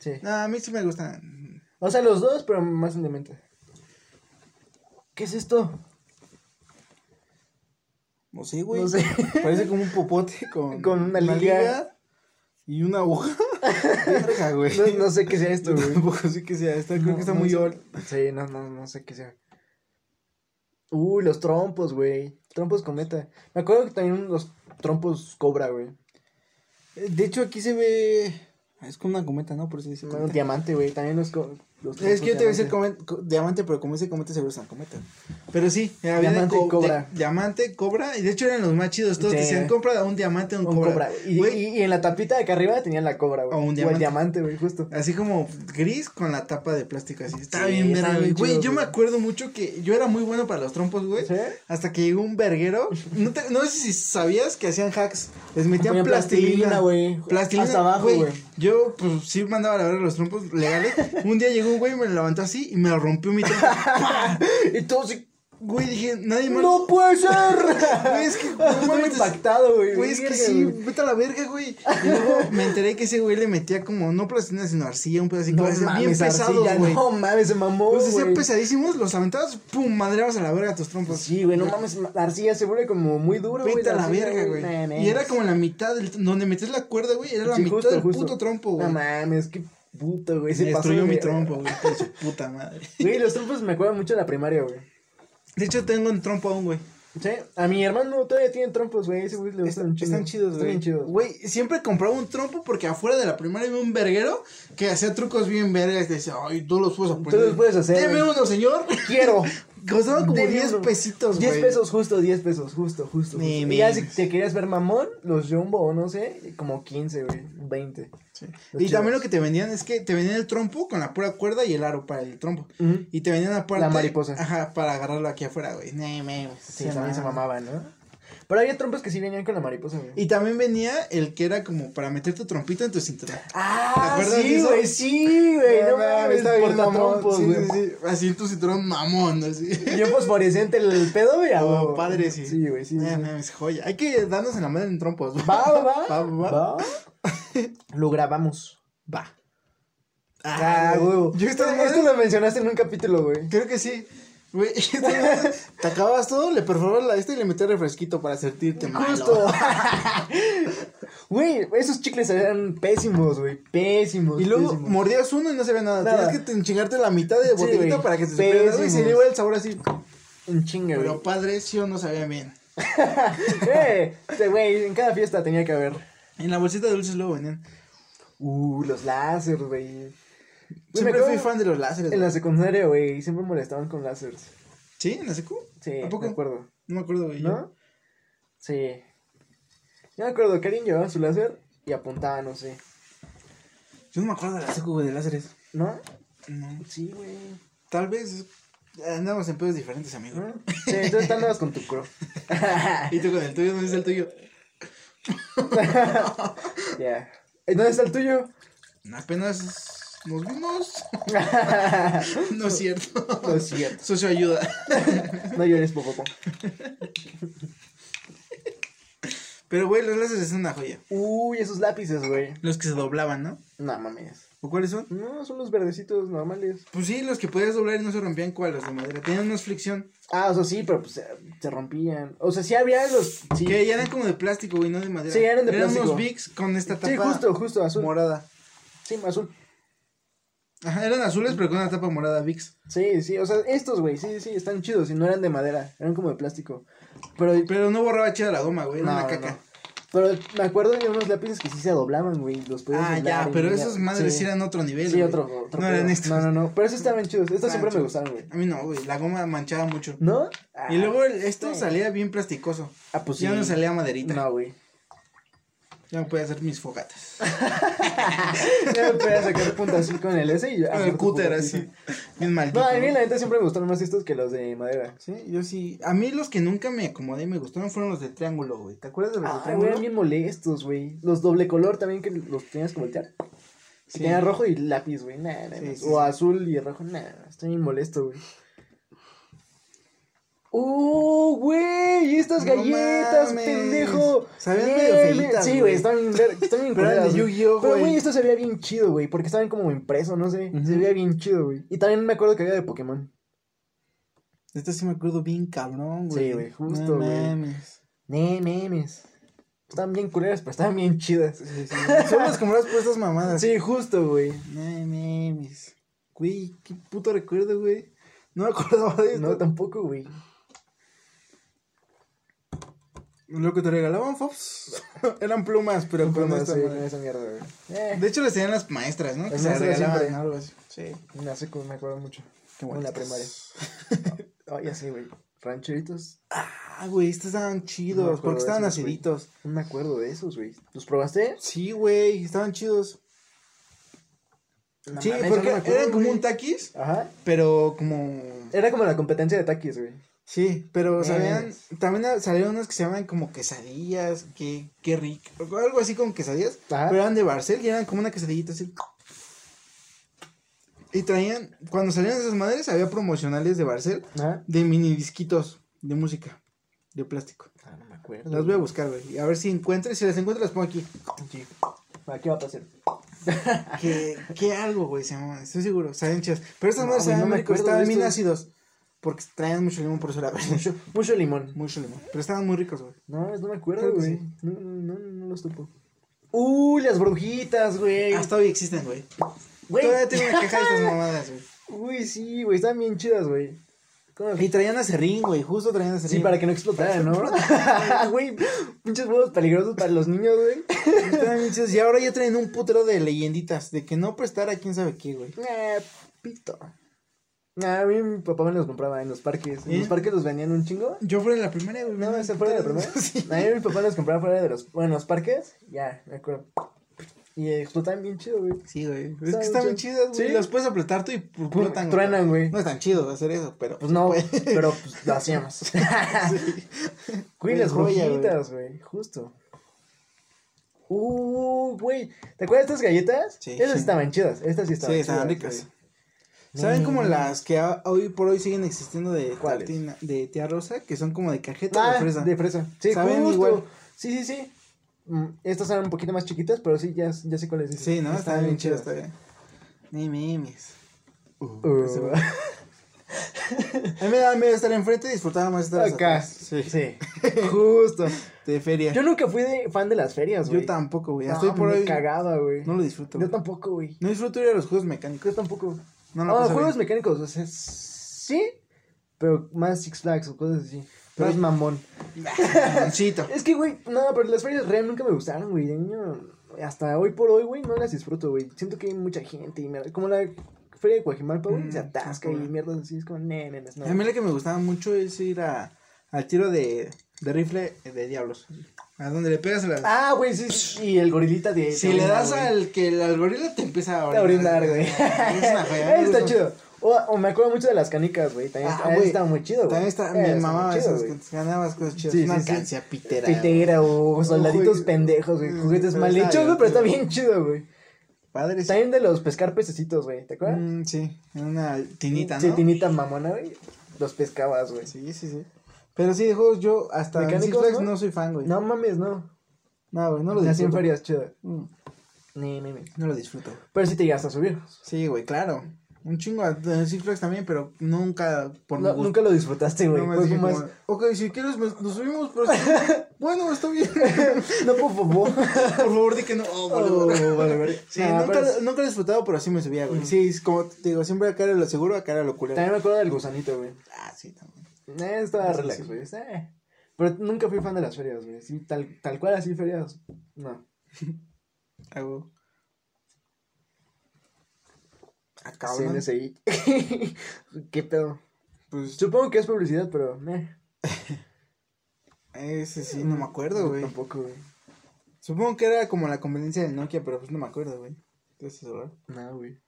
[SPEAKER 1] Sí.
[SPEAKER 3] No, a mí sí me gustan.
[SPEAKER 1] O sea, los dos, pero más el de menta. ¿Qué es esto?
[SPEAKER 3] No sé, güey.
[SPEAKER 1] No sé.
[SPEAKER 3] Parece como un popote con,
[SPEAKER 1] Con una liga.
[SPEAKER 3] y una aguja. Verga, güey.
[SPEAKER 1] No, no sé qué sea esto, güey.
[SPEAKER 3] Tampoco sé qué sea. Está, creo
[SPEAKER 1] No,
[SPEAKER 3] que está
[SPEAKER 1] no
[SPEAKER 3] muy
[SPEAKER 1] sé.
[SPEAKER 3] old.
[SPEAKER 1] Sí, no, no, no sé qué sea. Uy, los trompos, güey. Trompos cometa. Me acuerdo que también los trompos cobra, güey.
[SPEAKER 3] Eh, De hecho, aquí se ve. ah, Es como una cometa, ¿no? Por eso dice
[SPEAKER 1] Un
[SPEAKER 3] cometa.
[SPEAKER 1] diamante, güey. También los, co- los
[SPEAKER 3] Es que yo te voy a decir
[SPEAKER 1] como...
[SPEAKER 3] comen- co- diamante, pero como dice cometa, seguro es una cometa. Pero sí, eh, había de
[SPEAKER 1] Diamante y
[SPEAKER 3] co-
[SPEAKER 1] cobra.
[SPEAKER 3] de- diamante, cobra. Y de hecho eran los más chidos. Todos
[SPEAKER 1] Sí.
[SPEAKER 3] decían, compra un diamante o un,
[SPEAKER 1] Un
[SPEAKER 3] cobra.
[SPEAKER 1] cobra, güey. Y,
[SPEAKER 3] Güey,
[SPEAKER 1] y- y en la tapita de acá arriba tenían la cobra, güey.
[SPEAKER 3] O un
[SPEAKER 1] el
[SPEAKER 3] diamante.
[SPEAKER 1] diamante, güey, justo.
[SPEAKER 3] Así como gris con la tapa de plástico así. Está
[SPEAKER 1] Sí,
[SPEAKER 3] bien,
[SPEAKER 1] está
[SPEAKER 3] verga,
[SPEAKER 1] bien
[SPEAKER 3] güey. Güey,
[SPEAKER 1] chido,
[SPEAKER 3] yo me
[SPEAKER 1] güey.
[SPEAKER 3] acuerdo mucho que yo era muy bueno para los trompos, güey.
[SPEAKER 1] ¿Sí?
[SPEAKER 3] Hasta que llegó un verguero. No, te- no sé si sabías que hacían hacks. Les metían
[SPEAKER 1] Ponían
[SPEAKER 3] plastilina,
[SPEAKER 1] plastilina, güey.
[SPEAKER 3] Plastilina,
[SPEAKER 1] Hasta abajo, güey.
[SPEAKER 3] Yo, pues sí, mandaba a la verga los trompos legales. un día llegó un güey, me lo levantó así y me lo rompió mi trompo. ¡Pah!
[SPEAKER 1] Y todos así,
[SPEAKER 3] Güey, dije, nadie más.
[SPEAKER 1] ¡No puede ser!
[SPEAKER 3] Güey, es que. no
[SPEAKER 1] Estoy
[SPEAKER 3] mames,
[SPEAKER 1] impactado, güey.
[SPEAKER 3] Güey, es que
[SPEAKER 1] Verga,
[SPEAKER 3] sí,
[SPEAKER 1] güey.
[SPEAKER 3] vete a la verga, güey. Y luego me enteré que ese güey le metía como, no plastilina, sino arcilla, un pedacito.
[SPEAKER 1] No
[SPEAKER 3] así bien
[SPEAKER 1] mames,
[SPEAKER 3] pesado,
[SPEAKER 1] arcilla,
[SPEAKER 3] güey.
[SPEAKER 1] No mames, se mamó,
[SPEAKER 3] Los hacían
[SPEAKER 1] Oh, güey.
[SPEAKER 3] pesadísimos, los aventabas, pum, madreabas a la verga tus trompos.
[SPEAKER 1] Sí, güey, no mames, la arcilla se vuelve como muy duro, güey.
[SPEAKER 3] Vete a la
[SPEAKER 1] arcilla,
[SPEAKER 3] verga,
[SPEAKER 1] No
[SPEAKER 3] güey.
[SPEAKER 1] mames.
[SPEAKER 3] Y era como la mitad del. Donde metes la cuerda, güey. Era la
[SPEAKER 1] Sí,
[SPEAKER 3] mitad
[SPEAKER 1] justo,
[SPEAKER 3] del
[SPEAKER 1] justo.
[SPEAKER 3] puto trompo,
[SPEAKER 1] No
[SPEAKER 3] güey.
[SPEAKER 1] mames, qué puto, güey.
[SPEAKER 3] Se
[SPEAKER 1] Se pasó de
[SPEAKER 3] destruyó mi
[SPEAKER 1] verga.
[SPEAKER 3] trompo, güey. por su puta madre.
[SPEAKER 1] Güey, los trompos me acuerdan mucho de la primaria, güey.
[SPEAKER 3] De hecho, tengo un trompo aún, güey.
[SPEAKER 1] Sí, a mi hermano todavía tiene trompos, güey. Ese güey le gustan un chingo.
[SPEAKER 3] Están chidos,
[SPEAKER 1] Están
[SPEAKER 3] güey.
[SPEAKER 1] bien chidos.
[SPEAKER 3] Güey, siempre compraba un trompo porque afuera de la primaria había un verguero que hacía trucos bien vergas. y Decía, ay, tú los puedes aprender.
[SPEAKER 1] los puedes hacer,
[SPEAKER 3] Deme
[SPEAKER 1] güey.
[SPEAKER 3] uno, señor.
[SPEAKER 1] Quiero.
[SPEAKER 3] Costaban como
[SPEAKER 1] Deme
[SPEAKER 3] 10
[SPEAKER 1] uno.
[SPEAKER 3] pesitos, güey.
[SPEAKER 1] 10 pesos, justo, 10 pesos, justo, justo. justo.
[SPEAKER 3] Ni
[SPEAKER 1] Y ya si
[SPEAKER 3] mames.
[SPEAKER 1] te querías ver mamón, los jumbo o no sé, como 15, güey. 20.
[SPEAKER 3] Sí.
[SPEAKER 1] Los
[SPEAKER 3] Y
[SPEAKER 1] chidos.
[SPEAKER 3] también lo que te vendían es que te vendían el trompo con la pura cuerda y el aro para el trompo.
[SPEAKER 1] Ujú.
[SPEAKER 3] Y te vendían aparte.
[SPEAKER 1] La mariposa.
[SPEAKER 3] Ajá, para agarrarlo aquí afuera, güey. No, mames,
[SPEAKER 1] Sí, también se
[SPEAKER 3] mamaba.
[SPEAKER 1] mamaban, ¿no? Pero había trompas que sí venían con la mariposa, güey.
[SPEAKER 3] Y también venía el que era como para meter tu trompito en tu cinturón.
[SPEAKER 1] Ah,
[SPEAKER 3] ¿Te acuerdas de
[SPEAKER 1] sí,
[SPEAKER 3] eso?
[SPEAKER 1] güey, sí, güey. No mames,
[SPEAKER 3] está bien
[SPEAKER 1] portatrompos,
[SPEAKER 3] mamón. Sí,
[SPEAKER 1] güey.
[SPEAKER 3] sí, sí. Así tu cinturón mamón, así.
[SPEAKER 1] Yo fosforescente el pedo, güey. a
[SPEAKER 3] Oh,
[SPEAKER 1] huevo.
[SPEAKER 3] padre, sí. Ah,
[SPEAKER 1] Sí, güey, sí.
[SPEAKER 3] No
[SPEAKER 1] sí.
[SPEAKER 3] mames, joya. Hay que darnos en la madre en trompos.
[SPEAKER 1] Va, va, va.
[SPEAKER 3] Va, va,
[SPEAKER 1] Va. Lo grabamos.
[SPEAKER 3] Va.
[SPEAKER 1] Ah, Este, güey.
[SPEAKER 3] Yo estas madres-
[SPEAKER 1] Esto lo mencionaste en un capítulo, güey.
[SPEAKER 3] Creo que sí. Güey, estas madres, te acababas todo, le perforabas la esta y le metías refresquito para sentirte malo.
[SPEAKER 1] Justo. Güey, esos chicles eran pésimos, güey. Pésimos.
[SPEAKER 3] Y luego
[SPEAKER 1] pésimos.
[SPEAKER 3] mordías uno y no se ve nada.
[SPEAKER 1] Nada.
[SPEAKER 3] Tenías que te- chingarte la mitad de
[SPEAKER 1] Sí,
[SPEAKER 3] botellita
[SPEAKER 1] güey.
[SPEAKER 3] para que se supiera algo y se le
[SPEAKER 1] Pésimos.
[SPEAKER 3] iba el sabor así.
[SPEAKER 1] un chingue, güey.
[SPEAKER 3] Pero padre, sí o no sabía bien.
[SPEAKER 1] Eh, este güey, en cada fiesta tenía que haber.
[SPEAKER 3] En la bolsita de dulces luego venían.
[SPEAKER 1] Uh, los láser, güey. Güey, me
[SPEAKER 3] Siempre
[SPEAKER 1] acuerdo
[SPEAKER 3] fui fan de los láseres.
[SPEAKER 1] En
[SPEAKER 3] güey.
[SPEAKER 1] la secundaria, güey, siempre molestaban con lásers.
[SPEAKER 3] ¿Sí? ¿En la secu?
[SPEAKER 1] Sí,
[SPEAKER 3] ¿A poco?
[SPEAKER 1] me acuerdo.
[SPEAKER 3] No me acuerdo, güey.
[SPEAKER 1] ¿No? Sí. Yo me acuerdo, Karin llevaba su láser y apuntaba, no sé.
[SPEAKER 3] Yo no me acuerdo de la secu, güey, de láseres.
[SPEAKER 1] ¿No?
[SPEAKER 3] No.
[SPEAKER 1] Sí, güey.
[SPEAKER 3] Tal vez andamos en pedos diferentes, amigo.
[SPEAKER 1] ¿No? Sí, entonces te andabas con tu cro. Ya.
[SPEAKER 3] Y tú con el tuyo, ¿dónde está el tuyo?
[SPEAKER 1] ¿Y ¿Dónde está el tuyo?
[SPEAKER 3] Apenas nos vimos. No es cierto.
[SPEAKER 1] No es cierto.
[SPEAKER 3] Socio ayuda.
[SPEAKER 1] No llores, Popopo.
[SPEAKER 3] Pero, güey, los láseres es una joya.
[SPEAKER 1] Uy, esos lápices, güey.
[SPEAKER 3] Los que se doblaban, ¿no?
[SPEAKER 1] No mames.
[SPEAKER 3] ¿O cuáles son?
[SPEAKER 1] No, son los verdecitos normales.
[SPEAKER 3] Pues sí, los que podías doblar y no se rompían, ¿cuáles? Los de madera. Tenían más fricción.
[SPEAKER 1] Ah, o sea, sí, pero pues se, se rompían. O sea, sí había los. Sí,
[SPEAKER 3] Que ya eran como de plástico, güey, no de madera.
[SPEAKER 1] Sí, eran de
[SPEAKER 3] Eran
[SPEAKER 1] plástico.
[SPEAKER 3] unos Vicks con esta tapa
[SPEAKER 1] Sí, justo, justo, azul.
[SPEAKER 3] morada.
[SPEAKER 1] Sí, azul.
[SPEAKER 3] Ajá, eran azules, pero con una tapa morada Vicks.
[SPEAKER 1] Sí, sí, o sea, estos, güey, sí, sí, están chidos y no eran de madera, eran como de plástico. Pero,
[SPEAKER 3] Pero no borraba chida la goma, güey. Era
[SPEAKER 1] no,
[SPEAKER 3] una
[SPEAKER 1] no,
[SPEAKER 3] caca.
[SPEAKER 1] no. Pero me acuerdo de unos lápices que sí se doblaban, güey, los podías
[SPEAKER 3] Ah,
[SPEAKER 1] doblar
[SPEAKER 3] ya,
[SPEAKER 1] y
[SPEAKER 3] pero
[SPEAKER 1] mira,
[SPEAKER 3] esos madres
[SPEAKER 1] sí.
[SPEAKER 3] eran otro nivel.
[SPEAKER 1] Sí,
[SPEAKER 3] güey.
[SPEAKER 1] otro, otro
[SPEAKER 3] No eran
[SPEAKER 1] pedo.
[SPEAKER 3] estos.
[SPEAKER 1] No, no, no, pero esos estaban chidos, estos siempre
[SPEAKER 3] Estaban
[SPEAKER 1] me
[SPEAKER 3] chidos.
[SPEAKER 1] gustaron, güey.
[SPEAKER 3] A mí no, güey. La goma manchaba mucho.
[SPEAKER 1] ¿No? Ah,
[SPEAKER 3] Y luego el- esto
[SPEAKER 1] sí.
[SPEAKER 3] salía bien plasticoso.
[SPEAKER 1] ah, pues
[SPEAKER 3] ya
[SPEAKER 1] sí.
[SPEAKER 3] no salía maderita.
[SPEAKER 1] No, güey.
[SPEAKER 3] Ya no podía hacer mis fogatas.
[SPEAKER 1] Ya me podía sacar punta así con el S y yo. ah,
[SPEAKER 3] Con el cúter así. Bien maldito.
[SPEAKER 1] No, a mí
[SPEAKER 3] ¿no?
[SPEAKER 1] la neta siempre me gustaron más estos que los de madera.
[SPEAKER 3] Sí, yo sí. A mí los que nunca me acomodé y me gustaron fueron los de triángulo, güey. ¿Te acuerdas de los de
[SPEAKER 1] Ay, Ah, güey,
[SPEAKER 3] triángulo?
[SPEAKER 1] eran bien molestos, güey. Los doble color también que los tenías que voltear. Que
[SPEAKER 3] Sí.
[SPEAKER 1] tenía rojo y lápiz, güey. Nah, nah,
[SPEAKER 3] Sí,
[SPEAKER 1] nah.
[SPEAKER 3] sí,
[SPEAKER 1] o
[SPEAKER 3] sí.
[SPEAKER 1] azul y rojo. Nah, estoy bien molesto, güey. ¡Oh, güey! ¡Estas
[SPEAKER 3] No
[SPEAKER 1] galletas,
[SPEAKER 3] mames.
[SPEAKER 1] pendejo!
[SPEAKER 3] Sabían
[SPEAKER 1] Bien,
[SPEAKER 3] medio
[SPEAKER 1] bien.
[SPEAKER 3] feitas,
[SPEAKER 1] Sí,
[SPEAKER 3] güey.
[SPEAKER 1] güey, están bien, ver- están bien
[SPEAKER 3] Pero eran
[SPEAKER 1] culeras,
[SPEAKER 3] de Yu-Gi-Oh,
[SPEAKER 1] Pero,
[SPEAKER 3] güey.
[SPEAKER 1] güey, esto se veía bien chido, güey. Porque estaban como impreso, no sé.
[SPEAKER 3] Ujú.
[SPEAKER 1] Se veía bien chido, güey. Y también me acuerdo que había de Pokémon.
[SPEAKER 3] Este sí me acuerdo bien cabrón, güey.
[SPEAKER 1] Sí, güey, justo,
[SPEAKER 3] No
[SPEAKER 1] güey.
[SPEAKER 3] mames.
[SPEAKER 1] Ne, memes. Estaban bien culeras, pero estaban bien chidas.
[SPEAKER 3] Sí, sí, sí. Solo las comprabas por estas mamadas.
[SPEAKER 1] Sí, justo, güey.
[SPEAKER 3] No mames. Güey, qué puto recuerdo, güey. No me acordaba de esto.
[SPEAKER 1] No, tampoco, güey.
[SPEAKER 3] Lo que te regalaban, Fox, eran plumas, pero
[SPEAKER 1] Pero
[SPEAKER 3] con
[SPEAKER 1] no,
[SPEAKER 3] esta
[SPEAKER 1] sí,
[SPEAKER 3] madre.
[SPEAKER 1] esa mierda, güey. Eh,
[SPEAKER 3] De hecho, les tenían las maestras, ¿no? Que
[SPEAKER 1] Las
[SPEAKER 3] se las
[SPEAKER 1] maestras
[SPEAKER 3] regalaban
[SPEAKER 1] siempre.
[SPEAKER 3] algo así. Sí.
[SPEAKER 1] no sé cómo me acuerdo mucho.
[SPEAKER 3] Qué
[SPEAKER 1] En la
[SPEAKER 3] bonitas.
[SPEAKER 1] primaria. Ay, ya sé, güey. Rancheritos.
[SPEAKER 3] Ah, güey, estos estaban
[SPEAKER 1] No me
[SPEAKER 3] chidos,
[SPEAKER 1] acuerdo
[SPEAKER 3] porque
[SPEAKER 1] de
[SPEAKER 3] estaban
[SPEAKER 1] esos, güey.
[SPEAKER 3] aciditos.
[SPEAKER 1] No me acuerdo de esos, güey. ¿Los probaste?
[SPEAKER 3] Sí, güey, estaban chidos.
[SPEAKER 1] No
[SPEAKER 3] sí,
[SPEAKER 1] mames,
[SPEAKER 3] porque
[SPEAKER 1] no me acuerdo,
[SPEAKER 3] eran como
[SPEAKER 1] güey.
[SPEAKER 3] un taquis,
[SPEAKER 1] Ajá.
[SPEAKER 3] pero como...
[SPEAKER 1] Era como la competencia de taquis, güey.
[SPEAKER 3] Sí, pero
[SPEAKER 1] Eh.
[SPEAKER 3] sabían... También a- salieron unos que se llaman como quesadillas, que, qué rico, o algo así como quesadillas.
[SPEAKER 1] Ajá.
[SPEAKER 3] Pero eran de Barcel y eran como una quesadillita así. Y traían, cuando salían esas madres, había promocionales de Barcel
[SPEAKER 1] Ajá.
[SPEAKER 3] de mini disquitos de música, de plástico.
[SPEAKER 1] Ah, no me acuerdo.
[SPEAKER 3] Las voy a buscar, güey. y A ver si encuentro. Y si las encuentro, las pongo aquí.
[SPEAKER 1] Sí. Aquí va a pasar.
[SPEAKER 3] ¿Qué, qué algo, güey? Se llamaban, Estoy seguro. Saben chidas. Pero estas
[SPEAKER 1] No,
[SPEAKER 3] madres
[SPEAKER 1] güey,
[SPEAKER 3] saben
[SPEAKER 1] no me
[SPEAKER 3] rico,
[SPEAKER 1] acuerdo
[SPEAKER 3] Estaban
[SPEAKER 1] de
[SPEAKER 3] bien
[SPEAKER 1] estos.
[SPEAKER 3] ácidos. Porque traían mucho limón, por eso era verde.
[SPEAKER 1] Mucho, mucho limón.
[SPEAKER 3] Mucho limón. Pero estaban muy ricos, güey.
[SPEAKER 1] No, no me acuerdo,
[SPEAKER 3] Creo que
[SPEAKER 1] güey.
[SPEAKER 3] sí.
[SPEAKER 1] No, no, no, no los topo. Uy, las brujitas, güey.
[SPEAKER 3] Hasta hoy existen, güey.
[SPEAKER 1] Güey.
[SPEAKER 3] Todavía tengo una caja de estas mamadas, güey.
[SPEAKER 1] Uy, sí, güey. Están bien chidas, güey. ¿Cómo
[SPEAKER 3] Y traían acerrín, güey. Justo traían acerrín.
[SPEAKER 1] Sí, para que no explotara, ¿no? Güey, muchos juegos peligrosos para los niños, güey.
[SPEAKER 3] Estaban bien chidos. Y ahora ya traen un putero de leyenditas. De que no prestar a quién sabe qué, güey.
[SPEAKER 1] Nah, Eh, pito. Nah, a mí mi papá me los compraba en los parques.
[SPEAKER 3] ¿Eh?
[SPEAKER 1] En los parques los vendían un chingo.
[SPEAKER 3] Yo fui en la primera, güey.
[SPEAKER 1] No, esa fue la primera.
[SPEAKER 3] Sí.
[SPEAKER 1] A mí mi papá los compraba fuera de los, bueno, en los parques. Ya, me acuerdo. Y explotan bien chido, güey.
[SPEAKER 3] Sí, güey. Es
[SPEAKER 1] Están
[SPEAKER 3] que están bien
[SPEAKER 1] chidas.
[SPEAKER 3] chidas, güey.
[SPEAKER 1] Sí.
[SPEAKER 3] Las puedes aplastar tú y pu-
[SPEAKER 1] Pum,
[SPEAKER 3] flotan, güey.
[SPEAKER 1] Truenan, güey.
[SPEAKER 3] No es tan chido hacer eso, pero.
[SPEAKER 1] Pues no, pero pues lo hacíamos. Güey,
[SPEAKER 3] Güey,
[SPEAKER 1] las
[SPEAKER 3] joya, güey.
[SPEAKER 1] rojitas, güey. Justo. Uh, güey. ¿Te acuerdas de estas galletas?
[SPEAKER 3] Sí.
[SPEAKER 1] Estas estaban chidas. Estas sí estaban
[SPEAKER 3] Sí,
[SPEAKER 1] chidas.
[SPEAKER 3] estaban ricas.
[SPEAKER 1] güey.
[SPEAKER 3] ¿Saben como
[SPEAKER 1] Mm.
[SPEAKER 3] las que a- hoy por hoy siguen existiendo de
[SPEAKER 1] ¿Cuáles?
[SPEAKER 3] tartina- de tía rosa? Que son como de cajeta
[SPEAKER 1] Ah,
[SPEAKER 3] de fresa.
[SPEAKER 1] Sí,
[SPEAKER 3] Saben
[SPEAKER 1] justo.
[SPEAKER 3] igual.
[SPEAKER 1] Sí, sí, sí. Mm, estas eran un poquito más chiquitas, pero sí, ya, ya sé cuáles dices.
[SPEAKER 3] Sí, ¿no? Estaban bien chidas
[SPEAKER 1] chidas.
[SPEAKER 3] todavía. Ni memes.
[SPEAKER 1] Uh,
[SPEAKER 3] Ese güey. A mí me daba miedo estar enfrente y disfrutaba más estar
[SPEAKER 1] acá.
[SPEAKER 3] atrás.
[SPEAKER 1] Sí. Justo.
[SPEAKER 3] De feria. Yo,
[SPEAKER 1] Yo nunca fui de, fan de las ferias, güey.
[SPEAKER 3] tampoco, güey.
[SPEAKER 1] No,
[SPEAKER 3] Hasta hoy por
[SPEAKER 1] me
[SPEAKER 3] hoy.
[SPEAKER 1] cagaba, güey.
[SPEAKER 3] No lo disfruto.
[SPEAKER 1] Yo
[SPEAKER 3] güey.
[SPEAKER 1] tampoco, güey.
[SPEAKER 3] No disfruto ir a los juegos mecánicos.
[SPEAKER 1] Yo tampoco.
[SPEAKER 3] No pues,
[SPEAKER 1] No,
[SPEAKER 3] lo paso
[SPEAKER 1] Oh, juegos
[SPEAKER 3] bien.
[SPEAKER 1] mecánicos, o sea, sí, pero más Six Flags o cosas así. Pero
[SPEAKER 3] Ay.
[SPEAKER 1] es mamón.
[SPEAKER 3] Manchito.
[SPEAKER 1] Ah. Es que, güey, no, pero las ferias real nunca me gustaron, güey. de niño, hasta hoy por hoy, güey, no las disfruto, güey. Siento que hay mucha gente y me- como la feria de Coajimalpa, güey,
[SPEAKER 3] Mm,
[SPEAKER 1] se atasca
[SPEAKER 3] sí,
[SPEAKER 1] y
[SPEAKER 3] güey.
[SPEAKER 1] mierdas así. Es como, "Nee, nenes, no.
[SPEAKER 3] A mí la que me gustaba mucho es ir a, al tiro de, de rifle de diablos. A donde le pegas a la...
[SPEAKER 1] Ah, güey, sí, sí. Y el gorilita de.
[SPEAKER 3] si
[SPEAKER 1] de
[SPEAKER 3] le
[SPEAKER 1] orina,
[SPEAKER 3] das
[SPEAKER 1] güey.
[SPEAKER 3] al que el al gorila te empieza a
[SPEAKER 1] Te va a orinar, güey.
[SPEAKER 3] Es una fea.
[SPEAKER 1] Está chido. O, o me acuerdo mucho de las canicas, güey. También
[SPEAKER 3] Ah,
[SPEAKER 1] está-
[SPEAKER 3] güey.
[SPEAKER 1] estaba muy chido, güey.
[SPEAKER 3] También está,
[SPEAKER 1] Eh,
[SPEAKER 3] mi
[SPEAKER 1] muy
[SPEAKER 3] mamá
[SPEAKER 1] chido,
[SPEAKER 3] esas
[SPEAKER 1] güey.
[SPEAKER 3] que ganabas cosas chidas.
[SPEAKER 1] Sí,
[SPEAKER 3] una
[SPEAKER 1] sí, sí.
[SPEAKER 3] alcancía pitera.
[SPEAKER 1] Pitera o soldaditos
[SPEAKER 3] Ujú.
[SPEAKER 1] pendejos, güey.
[SPEAKER 3] Mm,
[SPEAKER 1] Juguetes
[SPEAKER 3] pero
[SPEAKER 1] mal
[SPEAKER 3] está
[SPEAKER 1] hechos, güey,
[SPEAKER 3] bien,
[SPEAKER 1] pero está
[SPEAKER 3] güey.
[SPEAKER 1] bien chido, güey.
[SPEAKER 3] Padre. sí.
[SPEAKER 1] También de los pescar pececitos, güey, ¿te acuerdas?
[SPEAKER 3] Mm, sí, en una tinita, ¿no?
[SPEAKER 1] Sí, tinita mamona, güey. Los pescabas, güey.
[SPEAKER 3] Sí, sí, sí. Pero sí, de juegos yo hasta en Six
[SPEAKER 1] Mecánicos,
[SPEAKER 3] Flags
[SPEAKER 1] ¿no?
[SPEAKER 3] no soy fan, güey.
[SPEAKER 1] No mames, no.
[SPEAKER 3] No, güey, no lo
[SPEAKER 1] Te hacían
[SPEAKER 3] disfruto.
[SPEAKER 1] ferias chidas.
[SPEAKER 3] Mm,
[SPEAKER 1] Ni, ni, ni.
[SPEAKER 3] No lo disfruto.
[SPEAKER 1] Pero sí te llegaste a subir.
[SPEAKER 3] Sí, güey, claro. Un chingo a- en Six Flags también, pero nunca por
[SPEAKER 1] No,
[SPEAKER 3] mi gusto.
[SPEAKER 1] nunca lo disfrutaste, güey.
[SPEAKER 3] No, más
[SPEAKER 1] Fue
[SPEAKER 3] dije
[SPEAKER 1] como
[SPEAKER 3] como, Ok, si quieres me- nos subimos, pero si- bueno, está bien.
[SPEAKER 1] más- No, por favor.
[SPEAKER 3] Por favor, di que no. Oh, vale,
[SPEAKER 1] Oh,
[SPEAKER 3] vale.
[SPEAKER 1] vale, vale.
[SPEAKER 3] Sí,
[SPEAKER 1] Nah,
[SPEAKER 3] nunca,
[SPEAKER 1] pero-
[SPEAKER 3] nunca lo he disfrutado, pero sí me subía,
[SPEAKER 1] Mm.
[SPEAKER 3] güey. Sí, es como te digo, siempre acá era lo seguro, acá era lo culero.
[SPEAKER 1] También me acuerdo del gusanito, güey.
[SPEAKER 3] Ah, sí, también.
[SPEAKER 1] Eh, estaba
[SPEAKER 3] Sí,
[SPEAKER 1] relax,
[SPEAKER 3] sí.
[SPEAKER 1] güey. Eh. Pero nunca fui fan de las ferias, güey. Sí, tal, tal cual así ferias. No. Ah,
[SPEAKER 3] Hago. Acá,
[SPEAKER 1] Sí, NSI. ¿Qué pedo?
[SPEAKER 3] Pues
[SPEAKER 1] Supongo que es publicidad, pero. eh.
[SPEAKER 3] ese sí, no me acuerdo,
[SPEAKER 1] Yo
[SPEAKER 3] güey.
[SPEAKER 1] Tampoco, güey.
[SPEAKER 3] Supongo que era como la competencia del Nokia, pero pues no me acuerdo, güey. ¿Qué es eso,
[SPEAKER 1] No, güey.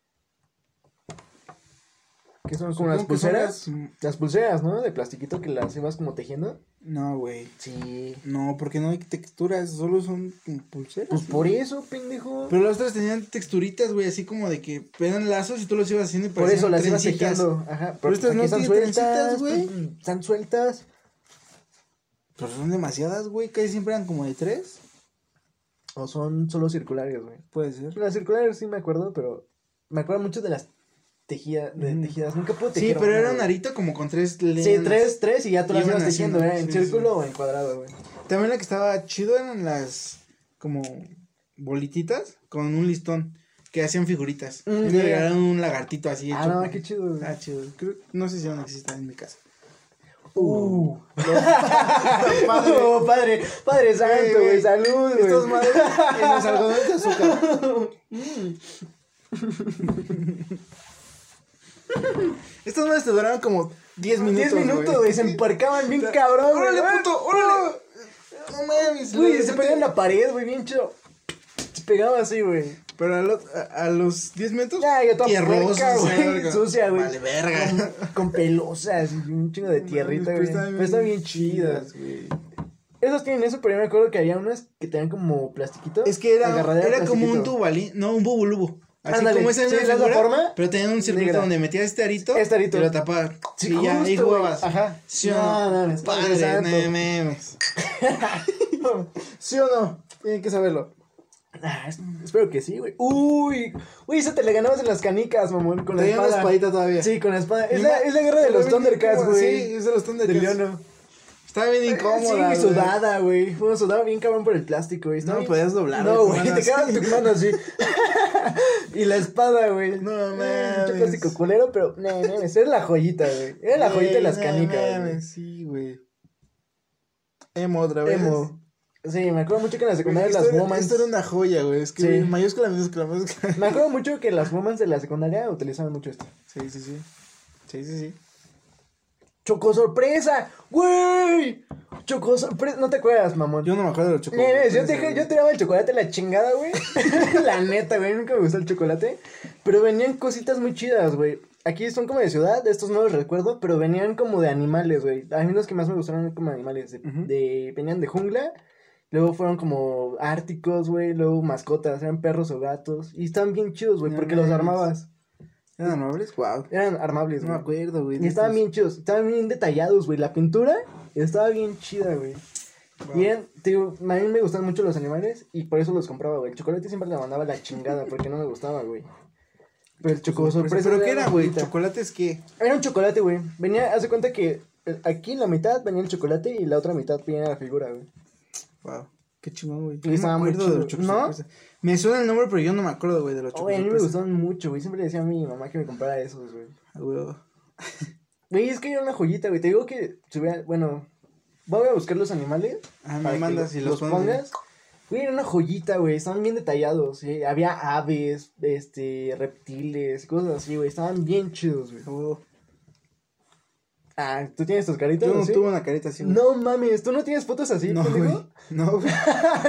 [SPEAKER 1] ¿Qué son? ¿Como las pulseras? Las pulseras, ¿no? De plastiquito que las ibas como tejiendo.
[SPEAKER 3] No, güey.
[SPEAKER 1] Sí.
[SPEAKER 3] No, porque no hay texturas, solo son como pulseras.
[SPEAKER 1] Pues por eso, pendejo.
[SPEAKER 3] Pero las otras tenían texturitas, güey, así como de que eran lazos y tú los ibas haciendo y
[SPEAKER 1] por eso
[SPEAKER 3] parecían
[SPEAKER 1] las ibas
[SPEAKER 3] pues, trencitas.
[SPEAKER 1] tejiendo. Ajá.
[SPEAKER 3] Pero estas
[SPEAKER 1] pues
[SPEAKER 3] no
[SPEAKER 1] aquí están
[SPEAKER 3] tienen
[SPEAKER 1] sueltas,
[SPEAKER 3] trencitas, güey.
[SPEAKER 1] pues, Están sueltas.
[SPEAKER 3] Pero son demasiadas, güey, casi siempre eran como de tres.
[SPEAKER 1] O son solo circulares, güey.
[SPEAKER 3] Puede ser.
[SPEAKER 1] Las circulares sí me acuerdo, pero me acuerdo mucho de las tejida- de
[SPEAKER 3] Mm.
[SPEAKER 1] tejidas. Nunca pude
[SPEAKER 3] Sí,
[SPEAKER 1] tejer.
[SPEAKER 3] pero
[SPEAKER 1] una,
[SPEAKER 3] era un
[SPEAKER 1] güey.
[SPEAKER 3] arito como con tres líneas.
[SPEAKER 1] Sí, tres, tres y ya tú las
[SPEAKER 3] Iban
[SPEAKER 1] ibas tejiendo,
[SPEAKER 3] haciendo,
[SPEAKER 1] ¿eh? En
[SPEAKER 3] sí,
[SPEAKER 1] círculo o en cuadrado, güey.
[SPEAKER 3] También la que estaba chido eran las como bolititas con un listón que hacían figuritas.
[SPEAKER 1] Mm, ya,
[SPEAKER 3] y
[SPEAKER 1] ya.
[SPEAKER 3] le regalaron un lagartito así
[SPEAKER 1] Ah,
[SPEAKER 3] hecho,
[SPEAKER 1] no,
[SPEAKER 3] güey.
[SPEAKER 1] qué chido, güey.
[SPEAKER 3] Ah, chido. Creo- no sé si aún existe en mi casa.
[SPEAKER 1] Uh. padre. padre, padre santo, güey,
[SPEAKER 3] Eh, güey.
[SPEAKER 1] salud, güey.
[SPEAKER 3] Estas madres en los algodones de azúcar. Estas madres te duraron como 10 minutos.
[SPEAKER 1] 10 minutos, güey, se emparcaban bien cabrón, güey. Ah,
[SPEAKER 3] ¡Órale, puto! ¡Órale! No mames,
[SPEAKER 1] Güey,
[SPEAKER 3] lo-
[SPEAKER 1] se pegaba en la pared, güey, bien chido. Se pegaba así, güey.
[SPEAKER 3] Pero a, lo- a- a los 10 minutos.
[SPEAKER 1] Ya, yo toda
[SPEAKER 3] tierrosa,
[SPEAKER 1] puerca, güey,
[SPEAKER 3] verga.
[SPEAKER 1] sucia, güey.
[SPEAKER 3] Vale, verga.
[SPEAKER 1] Con, con pelosas y un chingo de tierrita,
[SPEAKER 3] Pero
[SPEAKER 1] güey.
[SPEAKER 3] estaban
[SPEAKER 1] Pero están bien chidas.
[SPEAKER 3] güey.
[SPEAKER 1] Esos tienen eso, pero yo me acuerdo que había unas que tenían como plastiquito.
[SPEAKER 3] Es que era,
[SPEAKER 1] agarradera de
[SPEAKER 3] era como un
[SPEAKER 1] plastiquito.
[SPEAKER 3] tubalín, no, un bubulubo. Así
[SPEAKER 1] Ándale,
[SPEAKER 3] como esa
[SPEAKER 1] sí,
[SPEAKER 3] misma
[SPEAKER 1] la
[SPEAKER 3] figura,
[SPEAKER 1] forma
[SPEAKER 3] Pero tenían un circuito
[SPEAKER 1] negra.
[SPEAKER 3] donde metías este arito.
[SPEAKER 1] Este arito.
[SPEAKER 3] Y lo tapabas.
[SPEAKER 1] Sí,
[SPEAKER 3] y ya ahí
[SPEAKER 1] justo, güey.
[SPEAKER 3] jugabas.
[SPEAKER 1] Ajá.
[SPEAKER 3] Sí o
[SPEAKER 1] No,
[SPEAKER 3] no.
[SPEAKER 1] mames, padre
[SPEAKER 3] Padre,
[SPEAKER 1] santo.
[SPEAKER 3] no memes.
[SPEAKER 1] ¿Sí o no?
[SPEAKER 3] Tienen que saberlo.
[SPEAKER 1] Ah, es- espero que sí, güey. Uy, uy, esa te la ganabas en las canicas, mamón, con la
[SPEAKER 3] Traían
[SPEAKER 1] espada.
[SPEAKER 3] una espadita todavía.
[SPEAKER 1] Sí, con la espada. Es
[SPEAKER 3] Mi
[SPEAKER 1] la,
[SPEAKER 3] ma-
[SPEAKER 1] es la guerra de
[SPEAKER 3] Estaba
[SPEAKER 1] los
[SPEAKER 3] bien
[SPEAKER 1] Thundercats,
[SPEAKER 3] incómoda,
[SPEAKER 1] güey.
[SPEAKER 3] Sí, es de los
[SPEAKER 1] de
[SPEAKER 3] Thundercats.
[SPEAKER 1] Leono.
[SPEAKER 3] Estaba bien
[SPEAKER 1] Sí,
[SPEAKER 3] incómoda.
[SPEAKER 1] güey,
[SPEAKER 3] güey.
[SPEAKER 1] sudada, güey. Bueno, sudaba bien cabrón por el plástico, güey.
[SPEAKER 3] No
[SPEAKER 1] Estaba bien-
[SPEAKER 3] podías doblar,
[SPEAKER 1] No,
[SPEAKER 3] güey,
[SPEAKER 1] güey,
[SPEAKER 3] tu
[SPEAKER 1] te
[SPEAKER 3] mano
[SPEAKER 1] quedaba
[SPEAKER 3] así.
[SPEAKER 1] tu mano así. y la espada, güey.
[SPEAKER 3] No
[SPEAKER 1] Eh,
[SPEAKER 3] mames.
[SPEAKER 1] Mucho plástico culero, pero. No, no, esa era la joyita, güey. Era la joyita de
[SPEAKER 3] Güey,
[SPEAKER 1] las
[SPEAKER 3] no
[SPEAKER 1] canicas,
[SPEAKER 3] mames,
[SPEAKER 1] güey.
[SPEAKER 3] Sí, güey. Emo otra vez.
[SPEAKER 1] Emo. Sí, me acuerdo mucho que en la
[SPEAKER 3] Güey,
[SPEAKER 1] secundaria
[SPEAKER 3] Esto,
[SPEAKER 1] las
[SPEAKER 3] era-
[SPEAKER 1] woman
[SPEAKER 3] esto era una joya, güey. Es que
[SPEAKER 1] Sí.
[SPEAKER 3] güey, mayúscula, minúscula, minúscula.
[SPEAKER 1] Me acuerdo mucho que las women de la secundaria utilizaban mucho esto.
[SPEAKER 3] Sí, sí, sí. Sí, sí, sí.
[SPEAKER 1] Choco sorpresa, güey. Choco sorpresa, no te acuerdas, mamón.
[SPEAKER 3] Yo no me acuerdo de los chocos.
[SPEAKER 1] Mira, mira, Eh, yo, te, yo tiraba el chocolate a la chingada, güey. la neta, güey, nunca me gustó el chocolate. Pero venían cositas muy chidas, güey. Aquí son como de ciudad, estos no los recuerdo, pero venían como de animales, güey. A mí los que más me gustaron eran como animales. De,
[SPEAKER 3] Ujú.
[SPEAKER 1] de- venían de jungla, luego fueron como árticos, güey, luego mascotas, eran perros o gatos. Y estaban bien chidos, güey,
[SPEAKER 3] No
[SPEAKER 1] porque los
[SPEAKER 3] mames.
[SPEAKER 1] armabas.
[SPEAKER 3] ¿Eran amables? Wow.
[SPEAKER 1] Eran armables,
[SPEAKER 3] No me
[SPEAKER 1] güey.
[SPEAKER 3] acuerdo, güey.
[SPEAKER 1] y
[SPEAKER 3] de
[SPEAKER 1] estaban
[SPEAKER 3] estos.
[SPEAKER 1] bien chidos, estaban bien detallados, güey. La pintura estaba bien chida, güey. Y eran- te digo, a mí me gustan mucho los animales y por eso los compraba, güey. El chocolate siempre le mandaba la chingada porque no me gustaba, güey. Pero el choco sorpresa.
[SPEAKER 3] ¿Pero qué
[SPEAKER 1] la
[SPEAKER 3] era, güey?
[SPEAKER 1] bonita.
[SPEAKER 3] ¿Chocolates qué?
[SPEAKER 1] Era un chocolate, güey. Venía, hace cuenta que eh, aquí la mitad venía el chocolate y la otra mitad venía la figura, güey.
[SPEAKER 3] Wow. Qué chingón, güey.
[SPEAKER 1] Y estaba muy
[SPEAKER 3] de los
[SPEAKER 1] chido.
[SPEAKER 3] chocos.
[SPEAKER 1] ¿No?
[SPEAKER 3] sorpresa. Me suena el nombre, pero yo no me acuerdo, güey, de los
[SPEAKER 1] Oh,
[SPEAKER 3] chocos.
[SPEAKER 1] güey, a mí me
[SPEAKER 3] sorpresa.
[SPEAKER 1] gustaban mucho, güey. Siempre le decía a mi mamá que me comprara esos, güey.
[SPEAKER 3] Ah, güey.
[SPEAKER 1] Güey, es que era una joyita, güey. Te digo que si hubiera- bueno, voy a buscar los animales.
[SPEAKER 3] Ah, me
[SPEAKER 1] para que
[SPEAKER 3] mandas y los pones.
[SPEAKER 1] pongas. Güey, era una joyita, güey. Estaban bien detallados. ¿sí? Había aves, este, reptiles, cosas así, güey. Estaban bien chidos, güey.
[SPEAKER 3] Ah, güey.
[SPEAKER 1] Ah, ¿tú tienes tus caritas?
[SPEAKER 3] Yo no
[SPEAKER 1] así?
[SPEAKER 3] tuve una carita así, güey.
[SPEAKER 1] No mames, ¿tú no tienes fotos así?
[SPEAKER 3] No,
[SPEAKER 1] pendejo? Ah,
[SPEAKER 3] güey. No, güey.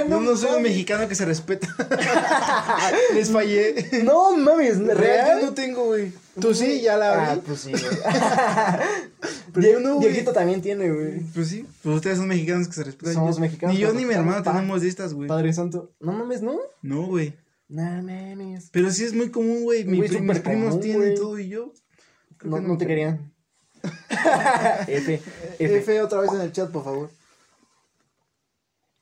[SPEAKER 3] No, no soy un mexicano que se respeta. Les fallé.
[SPEAKER 1] No mames,
[SPEAKER 3] Real yo
[SPEAKER 1] ¿real?
[SPEAKER 3] no tengo, güey. Tú sí, ya la
[SPEAKER 1] Ah,
[SPEAKER 3] abrí.
[SPEAKER 1] pues sí, güey.
[SPEAKER 3] Pero
[SPEAKER 1] Die-
[SPEAKER 3] yo no, güey.
[SPEAKER 1] Dieguito también tiene, güey.
[SPEAKER 3] Pues sí, pues ustedes son mexicanos que se respetan.
[SPEAKER 1] Somos
[SPEAKER 3] Yo-
[SPEAKER 1] mexicanos,
[SPEAKER 3] Ni yo
[SPEAKER 1] pero
[SPEAKER 3] ni mi
[SPEAKER 1] respetamos,
[SPEAKER 3] hermano
[SPEAKER 1] pa.
[SPEAKER 3] tenemos de estas, güey.
[SPEAKER 1] Padre Santo. No mames, ¿no?
[SPEAKER 3] No, güey.
[SPEAKER 1] No mames.
[SPEAKER 3] Pero sí es muy común, güey. Mi
[SPEAKER 1] Güey,
[SPEAKER 3] pri-
[SPEAKER 1] súper
[SPEAKER 3] mis primos
[SPEAKER 1] común,
[SPEAKER 3] tienen
[SPEAKER 1] güey.
[SPEAKER 3] todo y yo. creo
[SPEAKER 1] No,
[SPEAKER 3] que
[SPEAKER 1] no te querían. F, F.
[SPEAKER 3] F otra vez en el chat, por favor.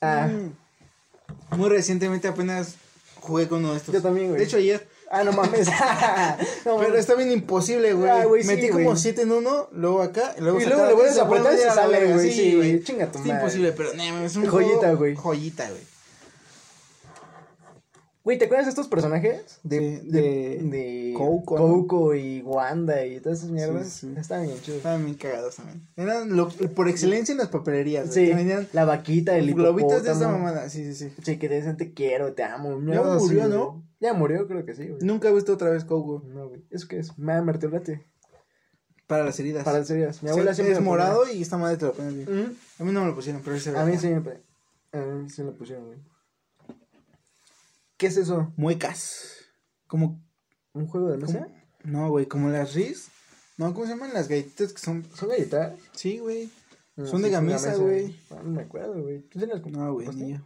[SPEAKER 1] Ah,
[SPEAKER 3] Mm. Muy recientemente apenas jugué con uno de estos.
[SPEAKER 1] Yo también, güey.
[SPEAKER 3] De hecho, ayer.
[SPEAKER 1] ah, no mames. No mames.
[SPEAKER 3] Pero este- está bien imposible, güey.
[SPEAKER 1] Ah, güey, sí,
[SPEAKER 3] Metí como
[SPEAKER 1] güey.
[SPEAKER 3] 7 en uno, luego acá, y luego
[SPEAKER 1] Y luego le vuelves a apretar y se
[SPEAKER 3] ya la
[SPEAKER 1] sale,
[SPEAKER 3] verga.
[SPEAKER 1] güey. Sí, güey. Chinga tu
[SPEAKER 3] Está
[SPEAKER 1] madre.
[SPEAKER 3] imposible, pero no, es un
[SPEAKER 1] Joyita,
[SPEAKER 3] juego-
[SPEAKER 1] güey.
[SPEAKER 3] Joyita, güey.
[SPEAKER 1] Güey, ¿te acuerdas de estos personajes?
[SPEAKER 3] De,
[SPEAKER 1] De,
[SPEAKER 3] de,
[SPEAKER 1] de
[SPEAKER 3] Coco, ¿no?
[SPEAKER 1] Coco y Wanda y todas esas mierdas.
[SPEAKER 3] sí. Ah,
[SPEAKER 1] Estaban bien chidos.
[SPEAKER 3] Estaban bien cagados también. Eran lo- por excelencia en las papelerías, güey.
[SPEAKER 1] Sí,
[SPEAKER 3] Que vendían
[SPEAKER 1] la vaquita, el
[SPEAKER 3] globitos de esa
[SPEAKER 1] hipopótamo.
[SPEAKER 3] mamada. Sí, sí, sí.
[SPEAKER 1] Sí, que te dicen te quiero, te amo. mierdas
[SPEAKER 3] Ya murió,
[SPEAKER 1] así,
[SPEAKER 3] ¿no?
[SPEAKER 1] güey. Ya murió, creo que sí, güey.
[SPEAKER 3] Nunca he visto otra vez Coco
[SPEAKER 1] No, güey. ¿Eso qué es? Mamá martelate.
[SPEAKER 3] para las heridas.
[SPEAKER 1] Para las heridas. Mi abuela
[SPEAKER 3] Sí,
[SPEAKER 1] siempre
[SPEAKER 3] es
[SPEAKER 1] me ponía.
[SPEAKER 3] morado Mm. y esta madre te lo ponen bien.
[SPEAKER 1] Ujú.
[SPEAKER 3] A mí no me lo pusieron, pero ese
[SPEAKER 1] A mí siempre. A mí se lo pusieron, güey. ¿Qué es eso?
[SPEAKER 3] Muecas. Como.
[SPEAKER 1] ¿Un juego de mesa?
[SPEAKER 3] como- No, güey, como las Riz. No, ¿cómo se llaman las galletitas que son?
[SPEAKER 1] ¿Son galletas?
[SPEAKER 3] Sí, güey.
[SPEAKER 1] No,
[SPEAKER 3] Son de
[SPEAKER 1] gamesa,
[SPEAKER 3] gamesa, güey.
[SPEAKER 1] Ah, No me acuerdo, güey. ¿Tú tenías como-
[SPEAKER 3] No, güey,
[SPEAKER 1] ¿Costa?
[SPEAKER 3] ni yo.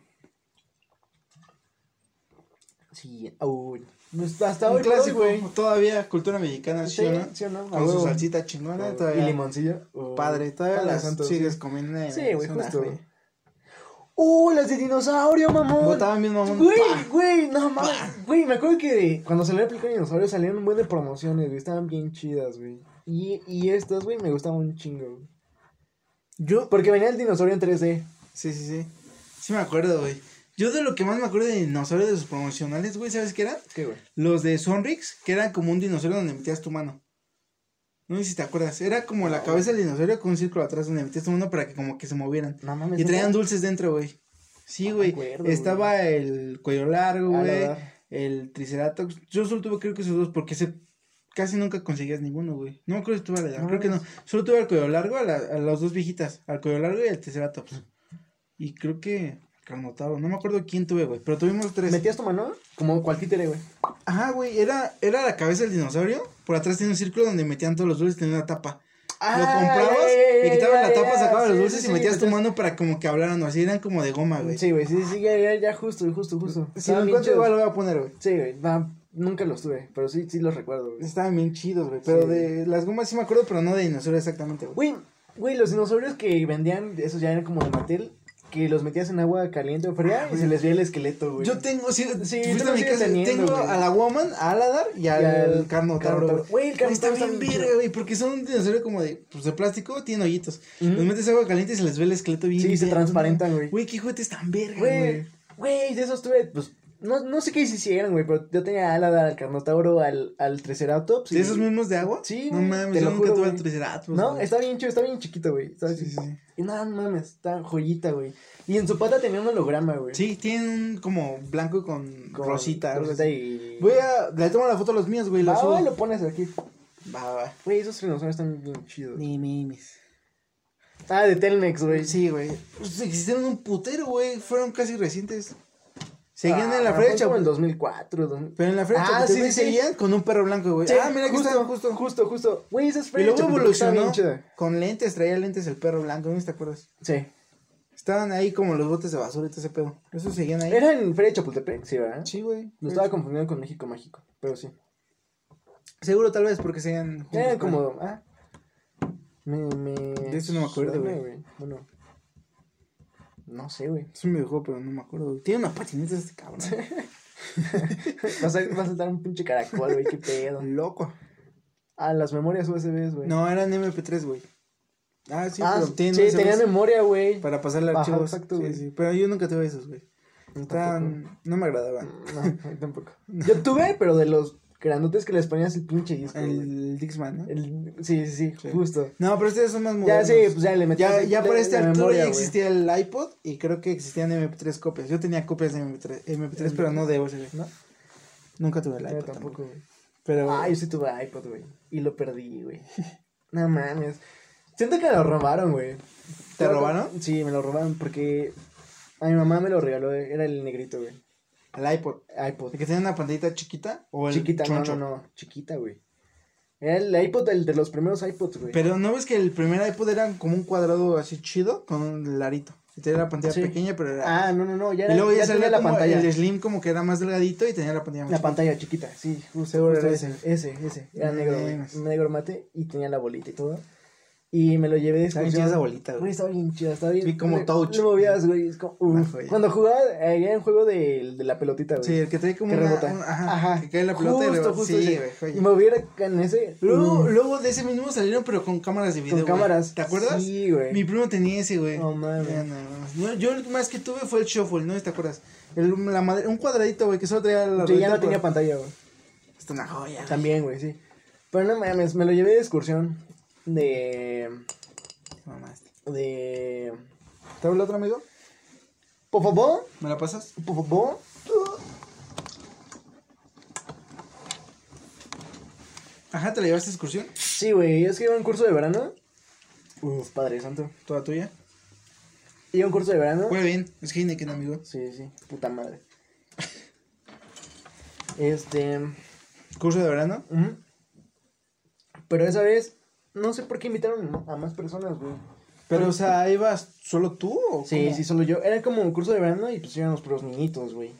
[SPEAKER 1] Sí. Uy. No, hasta hasta
[SPEAKER 3] Un
[SPEAKER 1] hoy por hoy,
[SPEAKER 3] clásico,
[SPEAKER 1] güey.
[SPEAKER 3] todavía cultura mexicana, ¿sí,
[SPEAKER 1] Sí,
[SPEAKER 3] o no?
[SPEAKER 1] sí o no, a
[SPEAKER 3] Con su
[SPEAKER 1] huevo.
[SPEAKER 3] salsita chingona,
[SPEAKER 1] Oh,
[SPEAKER 3] todavía.
[SPEAKER 1] Y limoncillo. Oh,
[SPEAKER 3] Padre, todavía
[SPEAKER 1] Padre
[SPEAKER 3] las
[SPEAKER 1] santo,
[SPEAKER 3] sigues
[SPEAKER 1] sí.
[SPEAKER 3] comiendo. en-
[SPEAKER 1] Sí, güey,
[SPEAKER 3] es una
[SPEAKER 1] justo.
[SPEAKER 3] fe.
[SPEAKER 1] ¡Uh, las de dinosaurio, mamón!
[SPEAKER 3] Botaban bien, mamón.
[SPEAKER 1] Güey,
[SPEAKER 3] ¡Pah!
[SPEAKER 1] güey, no mames. Güey, me acuerdo que cuando salió el Pico Dinosaurio salieron un buen de promociones, güey. Estaban bien chidas, güey. Y, y estas, güey, me gustaban un chingo. güey.
[SPEAKER 3] Yo,
[SPEAKER 1] Porque venía el dinosaurio en 3D.
[SPEAKER 3] sí, sí, sí. Sí me acuerdo, güey. Yo de lo que más me acuerdo de dinosaurios de sus promocionales, güey, ¿sabes qué eran?
[SPEAKER 1] ¿Qué, güey?
[SPEAKER 3] Los de Sonrix, que eran como un dinosaurio donde metías tu mano. No sé si te acuerdas. Era como la cabeza del dinosaurio con un círculo atrás donde metías tu mano para que como que se movieran.
[SPEAKER 1] No mames.
[SPEAKER 3] Y traían
[SPEAKER 1] neta.
[SPEAKER 3] dulces dentro, güey. Sí,
[SPEAKER 1] No me
[SPEAKER 3] güey.
[SPEAKER 1] acuerdo,
[SPEAKER 3] Estaba el cuello largo,
[SPEAKER 1] Ah, la
[SPEAKER 3] güey.
[SPEAKER 1] verdad.
[SPEAKER 3] El triceratops. Yo solo tuve creo que esos dos porque se... casi nunca conseguías ninguno, güey. No me acuerdo si tuve la edad.
[SPEAKER 1] No
[SPEAKER 3] creo que no.
[SPEAKER 1] mames.
[SPEAKER 3] Solo tuve al cuello largo, a, la- a las dos viejitas. Al cuello largo y al triceratops. Y creo que... Carnotauro. No me acuerdo quién tuve, güey. Pero tuvimos tres.
[SPEAKER 1] ¿Metías tu mano? Como cual títere, güey.
[SPEAKER 3] Ajá, güey. Era, era la cabeza del dinosaurio. Por atrás tenía un círculo donde metían todos los dulces. Tenía una tapa. Lo comprabas, le quitabas la tapa, sacabas los dulces y metías tu mano para como que hablaran o así. Eran como de goma, güey.
[SPEAKER 1] Sí, güey, sí, sí, ya, ya, ya, justo, justo, justo.
[SPEAKER 3] Si lo
[SPEAKER 1] Estaban bien
[SPEAKER 3] encuentro
[SPEAKER 1] chidos.
[SPEAKER 3] igual lo voy a poner, güey.
[SPEAKER 1] Sí, güey, va, nunca los tuve, pero sí, sí los recuerdo, güey.
[SPEAKER 3] Estaban bien chidos, güey. Pero
[SPEAKER 1] Sí.
[SPEAKER 3] de las gomas sí me acuerdo, pero no de dinosaurio exactamente, güey.
[SPEAKER 1] Güey, güey, los dinosaurios que vendían, esos ya eran como de Mattel, que los metías en agua caliente o fría y se les veía el esqueleto, güey.
[SPEAKER 3] Yo tengo, sí,
[SPEAKER 1] Sí,
[SPEAKER 3] fuiste
[SPEAKER 1] tú
[SPEAKER 3] a
[SPEAKER 1] lo
[SPEAKER 3] mi
[SPEAKER 1] sigues
[SPEAKER 3] casa,
[SPEAKER 1] teniendo,
[SPEAKER 3] tengo
[SPEAKER 1] güey.
[SPEAKER 3] a la Woman, a Aladar y al,
[SPEAKER 1] al
[SPEAKER 3] Carnotauro,
[SPEAKER 1] Carnotauro.
[SPEAKER 3] güey.
[SPEAKER 1] Güey, el
[SPEAKER 3] Está
[SPEAKER 1] Carnotauro
[SPEAKER 3] bien
[SPEAKER 1] está bien
[SPEAKER 3] verga,
[SPEAKER 1] chido.
[SPEAKER 3] güey, porque son un dinosaurio como de, pues, de plástico, tienen hoyitos.
[SPEAKER 1] Ujú.
[SPEAKER 3] Los metes agua caliente y se les ve el esqueleto bien.
[SPEAKER 1] Sí, se
[SPEAKER 3] bien.
[SPEAKER 1] transparentan, güey.
[SPEAKER 3] Güey, qué juguetes tan verga,
[SPEAKER 1] Güey,
[SPEAKER 3] güey.
[SPEAKER 1] güey, de esos tuve, pues, no, no sé qué hicieron, güey, pero yo tenía a Aladar, al Carnotauro, al, al Triceratops.
[SPEAKER 3] ¿De esos mismos de agua?
[SPEAKER 1] Sí,
[SPEAKER 3] No
[SPEAKER 1] güey,
[SPEAKER 3] mames,
[SPEAKER 1] te
[SPEAKER 3] yo
[SPEAKER 1] lo
[SPEAKER 3] nunca
[SPEAKER 1] juro,
[SPEAKER 3] tuve
[SPEAKER 1] güey.
[SPEAKER 3] triceratops.
[SPEAKER 1] No,
[SPEAKER 3] güey.
[SPEAKER 1] está bien chido, está bien chiquito, güey. está
[SPEAKER 3] Sí, sí, sí.
[SPEAKER 1] Y nada, no mames, está joyita, güey. Y en su pata tenía un holograma, güey.
[SPEAKER 3] Sí, tienen un como blanco con,
[SPEAKER 1] Con
[SPEAKER 3] rosita. algo
[SPEAKER 1] Rosita
[SPEAKER 3] así.
[SPEAKER 1] y...
[SPEAKER 3] Voy a, le tomo la foto a los míos, güey, los
[SPEAKER 1] Ah,
[SPEAKER 3] subo.
[SPEAKER 1] lo pones aquí.
[SPEAKER 3] Va, va.
[SPEAKER 1] Güey, esos dinosaurios están bien chidos.
[SPEAKER 3] Ni mimes.
[SPEAKER 1] Ah, de Telmex, güey.
[SPEAKER 3] Sí, güey. Pues Existieron un putero, güey. Fueron casi recientes. Seguían
[SPEAKER 1] Ah,
[SPEAKER 3] en la
[SPEAKER 1] fue
[SPEAKER 3] fecha,
[SPEAKER 1] como en 2004, 2000.
[SPEAKER 3] pero en la
[SPEAKER 1] Ah,
[SPEAKER 3] fecha
[SPEAKER 1] sí,
[SPEAKER 3] sí,
[SPEAKER 1] sí, sí.
[SPEAKER 3] seguían con un perro blanco, güey.
[SPEAKER 1] Sí,
[SPEAKER 3] ah, mira, aquí está, justo.
[SPEAKER 1] Justo, justo. Güey, esa es
[SPEAKER 3] Y luego
[SPEAKER 1] Chapultepec, está bien
[SPEAKER 3] evolucionó
[SPEAKER 1] chida.
[SPEAKER 3] con lentes, traía lentes el perro blanco, ¿no te acuerdas?
[SPEAKER 1] Sí.
[SPEAKER 3] Estaban ahí como los botes de basura y todo ese pedo. Esos seguían ahí.
[SPEAKER 1] Era en Feria de Chapultepec, sí, ¿verdad?
[SPEAKER 3] Sí, güey.
[SPEAKER 1] Lo estaba confundiendo con México Mágico, pero sí.
[SPEAKER 3] Seguro tal vez porque seguían juntos,
[SPEAKER 1] Era
[SPEAKER 3] pero-
[SPEAKER 1] como, ah. Me, me. De
[SPEAKER 3] pues, eso no me acuerdo, güey.
[SPEAKER 1] Bueno. No sé, güey.
[SPEAKER 3] Es un videojuego, pero no me acuerdo. güey. Tiene una patineta este cabrón.
[SPEAKER 1] Va a, sal- va a saltar un pinche caracol, güey, qué pedo.
[SPEAKER 3] Loco.
[SPEAKER 1] Ah, las memorias USBs, güey.
[SPEAKER 3] No, eran MP3, güey. Ah, sí,
[SPEAKER 1] ah,
[SPEAKER 3] pero
[SPEAKER 1] sí,
[SPEAKER 3] tienen USB
[SPEAKER 1] tenían memoria, güey.
[SPEAKER 3] para pasarle
[SPEAKER 1] Ajá,
[SPEAKER 3] archivos.
[SPEAKER 1] exacto,
[SPEAKER 3] Sí,
[SPEAKER 1] güey.
[SPEAKER 3] sí, Pero yo nunca tuve esos, güey. Estaban... No me agradaban.
[SPEAKER 1] No, a mí tampoco. Yo tuve, pero de los grandotes que les ponías el pinche disco. güey.
[SPEAKER 3] El Dixman, ¿no?
[SPEAKER 1] El- sí, sí, sí,
[SPEAKER 3] Sí.
[SPEAKER 1] justo.
[SPEAKER 3] No, pero ustedes son más
[SPEAKER 1] Ya,
[SPEAKER 3] modernos.
[SPEAKER 1] sí, pues ya le metí.
[SPEAKER 3] Ya, ya para este altura ya
[SPEAKER 1] güey.
[SPEAKER 3] existía el iPod y creo que existían MP3 copias. Yo tenía copias de MP3, MP3 pero no de USB.
[SPEAKER 1] ¿No?
[SPEAKER 3] Nunca tuve el
[SPEAKER 1] Yo
[SPEAKER 3] iPod. tampoco.
[SPEAKER 1] tampoco, güey.
[SPEAKER 3] Pero
[SPEAKER 1] Ah, yo sí tuve iPod, güey. Y lo perdí, güey. No mames. Siento que me lo robaron, güey.
[SPEAKER 3] ¿Te robaron?
[SPEAKER 1] Sí, me lo robaron porque a mi mamá me lo regaló. Era el negrito, güey.
[SPEAKER 3] el iPod.
[SPEAKER 1] iPod.
[SPEAKER 3] ¿El que tenía una pantallita chiquita? ¿O el
[SPEAKER 1] Chiquita, no,
[SPEAKER 3] choncho?
[SPEAKER 1] no, no. Chiquita, güey. Era el iPod, el de los primeros iPods, güey.
[SPEAKER 3] Pero ¿no ves que el primer iPod era como un cuadrado así chido con un larito? Y tenía la pantalla
[SPEAKER 1] Sí.
[SPEAKER 3] pequeña, pero era...
[SPEAKER 1] Ah, no, no, no. Ya,
[SPEAKER 3] y luego ya,
[SPEAKER 1] ya
[SPEAKER 3] salía
[SPEAKER 1] tenía la pantalla.
[SPEAKER 3] el Slim como que era más delgadito y tenía la pantalla más
[SPEAKER 1] La pantalla chiquita, sí, justo,
[SPEAKER 3] Seguro
[SPEAKER 1] justo
[SPEAKER 3] era
[SPEAKER 1] ese, ese, ese, era
[SPEAKER 3] No
[SPEAKER 1] negro, güey,
[SPEAKER 3] mames.
[SPEAKER 1] negro mate y tenía la bolita y todo. Y me lo llevé de
[SPEAKER 3] Está bien chida
[SPEAKER 1] excursión.
[SPEAKER 3] esa bolita,
[SPEAKER 1] Güey,
[SPEAKER 3] güey.
[SPEAKER 1] estaba bien chida, estaba bien.
[SPEAKER 3] Vi como
[SPEAKER 1] le-
[SPEAKER 3] touch.
[SPEAKER 1] Lo movías, güey, es como,
[SPEAKER 3] Una
[SPEAKER 1] uf.
[SPEAKER 3] joya.
[SPEAKER 1] Cuando jugaba, eh, era un juego de, de la pelotita, güey.
[SPEAKER 3] Sí, el que trae como
[SPEAKER 1] que
[SPEAKER 3] una-
[SPEAKER 1] rebota.
[SPEAKER 3] un- ajá, Que cae la pelota y
[SPEAKER 1] justo,
[SPEAKER 3] rebota.
[SPEAKER 1] justo
[SPEAKER 3] sí,
[SPEAKER 1] ese.
[SPEAKER 3] güey, joya.
[SPEAKER 1] Y moviera en ese.
[SPEAKER 3] Luego,
[SPEAKER 1] uf,
[SPEAKER 3] luego de ese mismo salieron, pero con cámaras de video.
[SPEAKER 1] Mm. con
[SPEAKER 3] güey.
[SPEAKER 1] cámaras.
[SPEAKER 3] ¿Te acuerdas?
[SPEAKER 1] Sí, güey.
[SPEAKER 3] Mi primo tenía ese, güey.
[SPEAKER 1] No mames.
[SPEAKER 3] Ya no, no. No, yo el más que tuve fue el shuffle, ¿no? ¿Te acuerdas? El, la madre, un cuadradito, güey, que solo traía la
[SPEAKER 1] Sí, ya
[SPEAKER 3] ruedita
[SPEAKER 1] no tenía
[SPEAKER 3] por-
[SPEAKER 1] pantalla, güey.
[SPEAKER 3] Está una joya. güey.
[SPEAKER 1] También, güey, sí. Pero no mames, me lo llevé de excursión de.
[SPEAKER 3] Te mamaste.
[SPEAKER 1] de.
[SPEAKER 3] ¿Te habla otro amigo?
[SPEAKER 1] Popopó.
[SPEAKER 3] ¿Me la pasas?
[SPEAKER 1] Popopó.
[SPEAKER 3] Ajá, ¿te la llevaste a excursión?
[SPEAKER 1] Sí, güey, es que iba a un curso de verano. Uf, padre santo.
[SPEAKER 3] Toda tuya.
[SPEAKER 1] Iba a un curso de verano.
[SPEAKER 3] Fue bien. Es Heineken, amigo.
[SPEAKER 1] Sí, sí, puta madre. Este.
[SPEAKER 3] Curso de verano.
[SPEAKER 1] ujú. Pero esa vez, no sé por qué invitaron a más personas, güey.
[SPEAKER 3] Pero, o sea, ¿ibas solo tú o
[SPEAKER 1] Sí,
[SPEAKER 3] cómo?
[SPEAKER 1] sí, solo yo. Era como un curso de verano y pues íbamos puros niñitos, güey.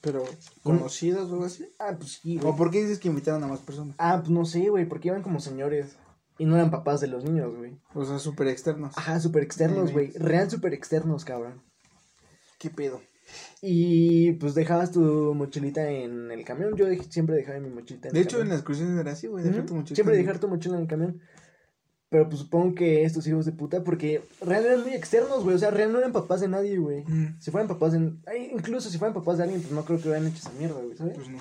[SPEAKER 3] Pero, ¿conocidos o algo así?
[SPEAKER 1] Ah, pues sí, güey.
[SPEAKER 3] ¿O por qué dices que invitaron a más personas?
[SPEAKER 1] Ah, pues no sé, güey, porque iban como señores. Y no eran papás de los niños, güey.
[SPEAKER 3] O sea, súper externos.
[SPEAKER 1] Ajá, super externos,
[SPEAKER 3] Sí,
[SPEAKER 1] güey. Real super externos, cabrón.
[SPEAKER 3] ¿Qué pedo?
[SPEAKER 1] Y pues dejabas tu mochilita en el camión. Yo dej- siempre dejaba mi mochilita en
[SPEAKER 3] De
[SPEAKER 1] el
[SPEAKER 3] hecho,
[SPEAKER 1] camión.
[SPEAKER 3] en las excursiones era así, güey. Dejar tu mochila.
[SPEAKER 1] Siempre
[SPEAKER 3] en-
[SPEAKER 1] dejar tu mochila en el camión. Pero pues supongo que estos hijos de puta, porque real eran muy externos, güey. O sea, real no eran papás de nadie, güey.
[SPEAKER 3] Mm,
[SPEAKER 1] Si fueran papás de. ay, incluso si fueran papás de alguien, pues no creo que hubieran hecho esa mierda, güey, ¿sabes?
[SPEAKER 3] Pues no.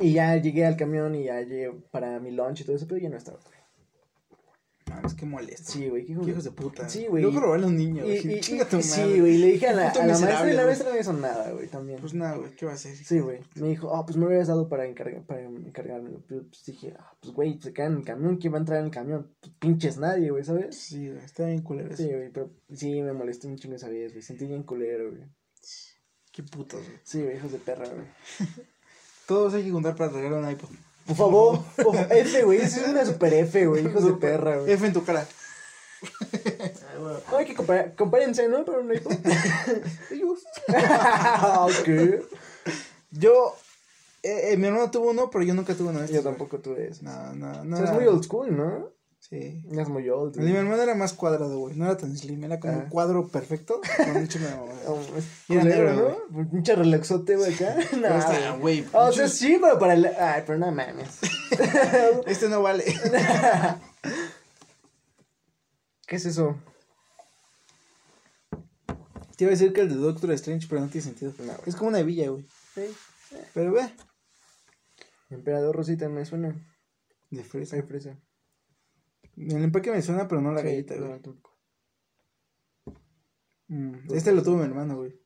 [SPEAKER 1] Y ya llegué al camión y ya llegué para mi lunch y todo eso, pero ya no estaba. güey.
[SPEAKER 3] Mames, qué molesto.
[SPEAKER 1] Sí, güey, qué hijos,
[SPEAKER 3] Qué hijos de puta.
[SPEAKER 1] Sí, güey.
[SPEAKER 3] Luego robarle a un niño,
[SPEAKER 1] Y-
[SPEAKER 3] güey.
[SPEAKER 1] y-
[SPEAKER 3] Sí,
[SPEAKER 1] y-
[SPEAKER 3] Chinga tu madre.
[SPEAKER 1] Sí, güey, y le dije a la,
[SPEAKER 3] Puto
[SPEAKER 1] a la maestra y
[SPEAKER 3] miserable,
[SPEAKER 1] la
[SPEAKER 3] güey.
[SPEAKER 1] maestra no hizo nada, güey, también.
[SPEAKER 3] Pues nada, güey. ¿Qué va a hacer?
[SPEAKER 1] Sí, güey. Me dijo, ah, pues me hubieras dado para, encargar, para encargármelo. Pero pues dije, ah, pues güey, se queda en el camión, ¿quién va a entrar en el camión? Pues, pinches nadie, güey, ¿sabes?
[SPEAKER 3] Sí, güey. Está bien culero eso.
[SPEAKER 1] Sí, güey, pero sí me molestó un chingo esa vez, güey. Sentí bien culero, güey.
[SPEAKER 3] Qué putos, güey.
[SPEAKER 1] Sí, güey, hijos de perra, güey.
[SPEAKER 3] Todos hay que juntar para regalar un iPod.
[SPEAKER 1] Por favor, por fa- F, güey. Esa es una super F, güey. Hijos de perra, güey.
[SPEAKER 3] F en tu cara.
[SPEAKER 1] No hay que comparar. Compárense, ¿no? Pero no hay. Ah, ok.
[SPEAKER 3] Yo. eh, eh, mi hermano tuvo uno, pero yo nunca tuve uno de estos.
[SPEAKER 1] Yo
[SPEAKER 3] güey.
[SPEAKER 1] tampoco tuve eso.
[SPEAKER 3] No, no,
[SPEAKER 1] O
[SPEAKER 3] no.
[SPEAKER 1] sea, es muy old school, ¿no?
[SPEAKER 3] Sí.
[SPEAKER 1] Es muy old.
[SPEAKER 3] El de mi
[SPEAKER 1] güey.
[SPEAKER 3] hermano era más cuadrado, güey. No era tan slim, era como
[SPEAKER 1] Ah.
[SPEAKER 3] un cuadro perfecto. Con un chingo de mamadas.
[SPEAKER 1] Oh, es
[SPEAKER 3] Y era
[SPEAKER 1] culero,
[SPEAKER 3] negro,
[SPEAKER 1] ¿no? Pinche relaxote, güey, acá.
[SPEAKER 3] Pero
[SPEAKER 1] No,
[SPEAKER 3] está,
[SPEAKER 1] güey.
[SPEAKER 3] güey.
[SPEAKER 1] O sea, sí, pero para el... Ay, pero no mames.
[SPEAKER 3] Este no vale.
[SPEAKER 1] ¿Qué es eso?
[SPEAKER 3] Te iba a decir que el de Doctor Strange, pero no tiene sentido. es como una hebilla, güey.
[SPEAKER 1] Sí.
[SPEAKER 3] Pero ve.
[SPEAKER 1] Emperador Rosita, me suena.
[SPEAKER 3] De fresa.
[SPEAKER 1] Ay, fresa.
[SPEAKER 3] El empaque me suena, pero no la
[SPEAKER 1] Sí,
[SPEAKER 3] galleta,
[SPEAKER 1] no,
[SPEAKER 3] güey.
[SPEAKER 1] tampoco.
[SPEAKER 3] Este Mm, Este lo tuvo mi hermano, güey.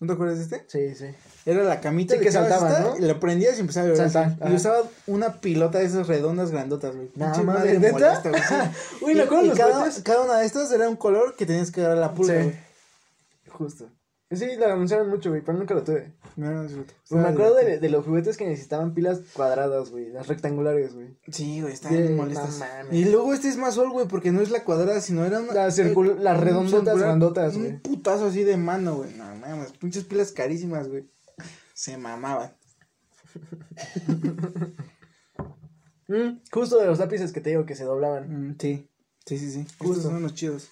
[SPEAKER 3] ¿No te acuerdas de este?
[SPEAKER 1] Sí, sí.
[SPEAKER 3] Era la camita
[SPEAKER 1] Sí,
[SPEAKER 3] le
[SPEAKER 1] que
[SPEAKER 3] echabas
[SPEAKER 1] saltaba,
[SPEAKER 3] esta
[SPEAKER 1] ¿no?
[SPEAKER 3] y la prendías y empezaba a llorar.
[SPEAKER 1] Saltar,
[SPEAKER 3] así.
[SPEAKER 1] ajá.
[SPEAKER 3] Y usaba una pilota de esas redondas grandotas, güey.
[SPEAKER 1] No,
[SPEAKER 3] Pinche
[SPEAKER 1] mames,
[SPEAKER 3] madre
[SPEAKER 1] ¿neta?
[SPEAKER 3] molesta, güey, sí.
[SPEAKER 1] Uy, me
[SPEAKER 3] Y-
[SPEAKER 1] acuerdo
[SPEAKER 3] y
[SPEAKER 1] los
[SPEAKER 3] cada,
[SPEAKER 1] cohetes.
[SPEAKER 3] cada una de estas era un color que tenías que dar a la pulga,
[SPEAKER 1] Sí.
[SPEAKER 3] güey.
[SPEAKER 1] Justo. Sí, la anunciaron mucho, güey, pero nunca lo tuve.
[SPEAKER 3] No, no, es cierto.
[SPEAKER 1] Pues me acuerdo de, de los juguetes que necesitaban pilas cuadradas, güey, las rectangulares, güey.
[SPEAKER 3] Sí, güey, está
[SPEAKER 1] Sí,
[SPEAKER 3] bien
[SPEAKER 1] no
[SPEAKER 3] molestas.
[SPEAKER 1] mames.
[SPEAKER 3] y luego este es más sol, güey, porque no es la cuadrada, sino era una. eh,
[SPEAKER 1] Las circul- las
[SPEAKER 3] un
[SPEAKER 1] redondotas
[SPEAKER 3] circular,
[SPEAKER 1] grandotas, güey.
[SPEAKER 3] Un putazo así de mano, güey. No mames, pinches pilas carísimas, güey. Se mamaban.
[SPEAKER 1] Mm, justo de los lápices que te digo que se doblaban.
[SPEAKER 3] Mm, sí, sí, sí, sí.
[SPEAKER 1] Justo.
[SPEAKER 3] Estos son los chidos.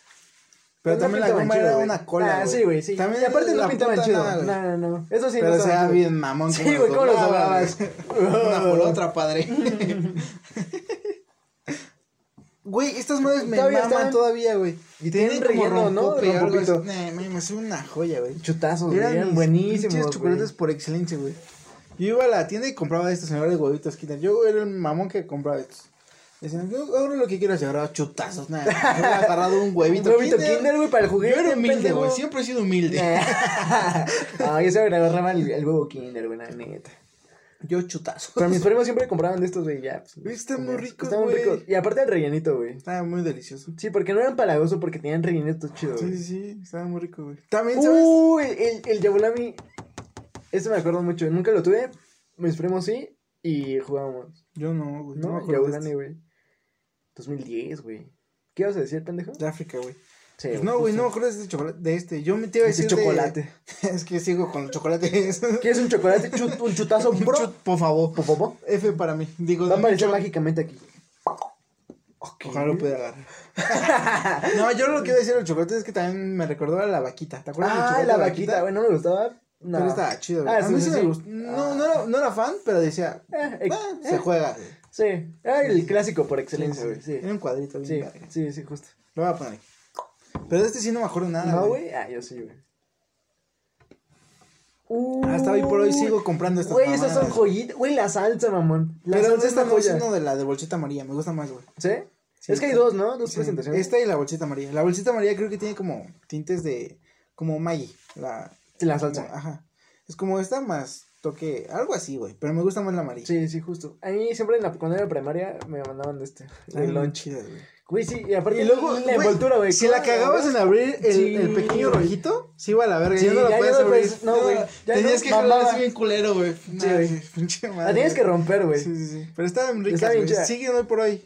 [SPEAKER 3] Pero
[SPEAKER 1] no
[SPEAKER 3] también la
[SPEAKER 1] pintaban
[SPEAKER 3] goma
[SPEAKER 1] chido,
[SPEAKER 3] era
[SPEAKER 1] güey.
[SPEAKER 3] una cola.
[SPEAKER 1] Ah, sí, güey, sí.
[SPEAKER 3] También
[SPEAKER 1] y aparte
[SPEAKER 3] la
[SPEAKER 1] no pintaban
[SPEAKER 3] puta
[SPEAKER 1] chido.
[SPEAKER 3] nada, güey.
[SPEAKER 1] no, no, no. Eso sí no
[SPEAKER 3] Pero se
[SPEAKER 1] estaba
[SPEAKER 3] veía
[SPEAKER 1] chido.
[SPEAKER 3] bien mamón.
[SPEAKER 1] Sí,
[SPEAKER 3] como
[SPEAKER 1] güey, ¿cómo los
[SPEAKER 3] doblaba,
[SPEAKER 1] doblabas?
[SPEAKER 3] güey. Una por otra, padre. Güey, estas madres me
[SPEAKER 1] Todavía
[SPEAKER 3] maman
[SPEAKER 1] están-
[SPEAKER 3] todavía, güey.
[SPEAKER 1] Y
[SPEAKER 3] Tienen
[SPEAKER 1] tienen
[SPEAKER 3] como
[SPEAKER 1] relleno, pues, ¿no?
[SPEAKER 3] rompope, algo así.
[SPEAKER 1] Rompopito.
[SPEAKER 3] Nah, mames, es una joya, güey.
[SPEAKER 1] Chutazos, güey.
[SPEAKER 3] mis
[SPEAKER 1] Eran
[SPEAKER 3] pinches
[SPEAKER 1] buenísimos, güey.
[SPEAKER 3] chocolates por excelencia, güey. Yo iba a la tienda y compraba estos señores huevitos Kinder. Yo era el mamón que compraba estos. Decían, yo ahora lo que quiero es agarrar chutazos, nada. Yo he agarrado un huevito,
[SPEAKER 1] Un huevito Kinder, güey, para el juguete,
[SPEAKER 3] Yo era humilde,
[SPEAKER 1] pendejo.
[SPEAKER 3] güey. Siempre he sido humilde.
[SPEAKER 1] Ah, yo se agarraba el, el huevo Kinder, güey, la neta.
[SPEAKER 3] Yo chutazo.
[SPEAKER 1] Pero mis primos siempre compraban de estos, güey, ya. pues,
[SPEAKER 3] Güey, están
[SPEAKER 1] comían.
[SPEAKER 3] muy ricos,
[SPEAKER 1] Estaban
[SPEAKER 3] güey.
[SPEAKER 1] ricos. Y aparte el rellenito, güey.
[SPEAKER 3] Estaba muy delicioso.
[SPEAKER 1] Sí, porque no eran palagosos porque tenían rellenito chido,
[SPEAKER 3] Sí,
[SPEAKER 1] güey. Uh,
[SPEAKER 3] sí, sí. Estaba muy rico, güey. También, ¿sabes?
[SPEAKER 1] Uy, el, el Yabulami. Este me acuerdo mucho. Nunca lo tuve. Mis primos sí. Y jugábamos.
[SPEAKER 3] Yo no, güey. No, me
[SPEAKER 1] ¿No?
[SPEAKER 3] acuerdo de este.
[SPEAKER 1] Yabulani, güey. 2010, güey. ¿Qué ibas a decir, pendejo?
[SPEAKER 3] este. De África, güey.
[SPEAKER 1] Sí,
[SPEAKER 3] Pues no, güey, no me
[SPEAKER 1] justo.
[SPEAKER 3] acuerdo de este chocolate. De este. Yo me te iba a
[SPEAKER 1] Ese
[SPEAKER 3] decir. de-
[SPEAKER 1] chocolate.
[SPEAKER 3] es que sigo con los chocolates.
[SPEAKER 1] ¿Quieres un chocolate? Chut- un chutazo,
[SPEAKER 3] Un
[SPEAKER 1] bro.
[SPEAKER 3] chut, por favor.
[SPEAKER 1] Po, po, po.
[SPEAKER 3] F para mí. Digo,
[SPEAKER 1] Va a
[SPEAKER 3] dame un
[SPEAKER 1] aparecer
[SPEAKER 3] chocolate.
[SPEAKER 1] mágicamente aquí. Ok.
[SPEAKER 3] Ojalá lo pudiera agarrar. no, yo lo que iba a decir del chocolate es que también me recordó a la vaquita. ¿Te acuerdas del
[SPEAKER 1] Ah,
[SPEAKER 3] chocolate
[SPEAKER 1] la
[SPEAKER 3] de
[SPEAKER 1] vaquita, güey, no me gustaba. No.
[SPEAKER 3] Pero estaba chido, güey.
[SPEAKER 1] Ah,
[SPEAKER 3] a mí sí, me gustó.
[SPEAKER 1] Ah.
[SPEAKER 3] No, no, era, no era fan, pero decía,
[SPEAKER 1] Eh, eh,
[SPEAKER 3] "Ah, se
[SPEAKER 1] eh,
[SPEAKER 3] juega.
[SPEAKER 1] Sí, era el clásico por excelencia, güey. Sí,
[SPEAKER 3] Era un cuadrito bien
[SPEAKER 1] sí,
[SPEAKER 3] verga.
[SPEAKER 1] sí, sí, justo.
[SPEAKER 3] Lo voy a poner. aquí. Pero de este sí no me acuerdo nada.
[SPEAKER 1] No, güey. Ah, yo sí, güey.
[SPEAKER 3] Hasta hoy Ah, por hoy sigo comprando estas
[SPEAKER 1] Güey, esas son
[SPEAKER 3] mamadas.
[SPEAKER 1] joyitas. Güey, la salsa, mamón. La
[SPEAKER 3] Pero
[SPEAKER 1] salsa
[SPEAKER 3] esta
[SPEAKER 1] está
[SPEAKER 3] no es
[SPEAKER 1] joya.
[SPEAKER 3] uno de la de bolsita amarilla. Me gusta más, güey.
[SPEAKER 1] ¿Sí?
[SPEAKER 3] Sí,
[SPEAKER 1] Es que hay
[SPEAKER 3] sí.
[SPEAKER 1] dos, ¿no? Dos
[SPEAKER 3] Sí,
[SPEAKER 1] presentaciones.
[SPEAKER 3] Esta y la bolsita amarilla. La bolsita amarilla creo que tiene como tintes de. como Maggi. La,
[SPEAKER 1] Sí, la
[SPEAKER 3] como-
[SPEAKER 1] salsa.
[SPEAKER 3] ajá. Es como esta más toque. algo así, güey. Pero me gusta más la amarilla.
[SPEAKER 1] Sí, sí, justo. A mí siempre en la, cuando era primaria me mandaban de este.
[SPEAKER 3] Ay,
[SPEAKER 1] El lunch.
[SPEAKER 3] chidas, güey.
[SPEAKER 1] Güey, sí, y aparte
[SPEAKER 3] Y luego,
[SPEAKER 1] la
[SPEAKER 3] güey,
[SPEAKER 1] envoltura, güey.
[SPEAKER 3] Si la
[SPEAKER 1] ¿cómo
[SPEAKER 3] cagabas en abrir el,
[SPEAKER 1] Sí,
[SPEAKER 3] el pequeño
[SPEAKER 1] güey.
[SPEAKER 3] rojito, sí iba a la verga.
[SPEAKER 1] Sí,
[SPEAKER 3] ya no la
[SPEAKER 1] ya
[SPEAKER 3] puedes
[SPEAKER 1] no la
[SPEAKER 3] abrir.
[SPEAKER 1] puedes- no, güey, ya
[SPEAKER 3] Tenías
[SPEAKER 1] no,
[SPEAKER 3] que jalar
[SPEAKER 1] mamaba.
[SPEAKER 3] así bien culero, güey.
[SPEAKER 1] Sí, güey.
[SPEAKER 3] Nah, pinche madre,
[SPEAKER 1] La tienes
[SPEAKER 3] güey.
[SPEAKER 1] que romper, güey.
[SPEAKER 3] Sí, sí, sí. Pero está bien rica,
[SPEAKER 1] Está bien
[SPEAKER 3] güey.
[SPEAKER 1] chida.
[SPEAKER 3] Siguen hoy por hoy.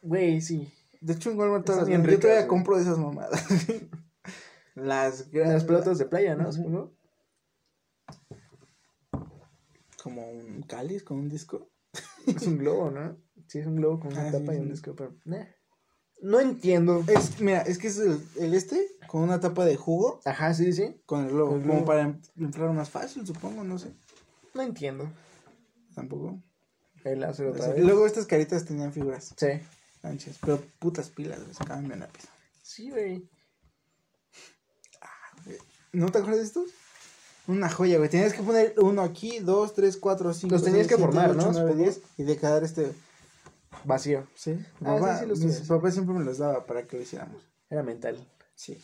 [SPEAKER 1] Güey, sí.
[SPEAKER 3] De hecho, en Walmart todas
[SPEAKER 1] Están
[SPEAKER 3] las
[SPEAKER 1] bien
[SPEAKER 3] venden. Yo
[SPEAKER 1] ricas,
[SPEAKER 3] todavía
[SPEAKER 1] güey.
[SPEAKER 3] compro de esas mamadas. las
[SPEAKER 1] Las
[SPEAKER 3] grandes
[SPEAKER 1] pelotas de playa, ¿no? Supongo.
[SPEAKER 3] Como un cáliz con un disco.
[SPEAKER 1] Es un globo, ¿no? Sí, es un globo con una
[SPEAKER 3] Ah, sí,
[SPEAKER 1] tapa y
[SPEAKER 3] sí.
[SPEAKER 1] un disco, pero. nah. No entiendo.
[SPEAKER 3] Es, mira, es que es el, el este con una tapa de jugo
[SPEAKER 1] Ajá, sí, sí.
[SPEAKER 3] con el globo.
[SPEAKER 1] El globo.
[SPEAKER 3] Como para em- inflar más fácil, supongo, no sé.
[SPEAKER 1] No entiendo.
[SPEAKER 3] Tampoco.
[SPEAKER 1] El láser
[SPEAKER 3] O
[SPEAKER 1] otra
[SPEAKER 3] sea,
[SPEAKER 1] vez.
[SPEAKER 3] Luego estas caritas tenían figuras
[SPEAKER 1] Sí.
[SPEAKER 3] anchas, pero putas pilas, güey, se acaban de lápiz.
[SPEAKER 1] Sí, güey.
[SPEAKER 3] ¿No te acuerdas de estos? Una joya, güey. Tenías que poner uno aquí, dos, tres, cuatro, cinco.
[SPEAKER 1] Los tenías
[SPEAKER 3] seis,
[SPEAKER 1] que
[SPEAKER 3] siete,
[SPEAKER 1] formar,
[SPEAKER 3] ocho,
[SPEAKER 1] ¿no?
[SPEAKER 3] nueve,
[SPEAKER 1] Supongo.
[SPEAKER 3] diez, y decadar este.
[SPEAKER 1] Vacío.
[SPEAKER 3] Sí,
[SPEAKER 1] Ah,
[SPEAKER 3] papá,
[SPEAKER 1] sí, sí, los
[SPEAKER 3] mis
[SPEAKER 1] tuve, sí.
[SPEAKER 3] papás siempre me los daba para que lo hiciéramos.
[SPEAKER 1] Era mental.
[SPEAKER 3] Sí.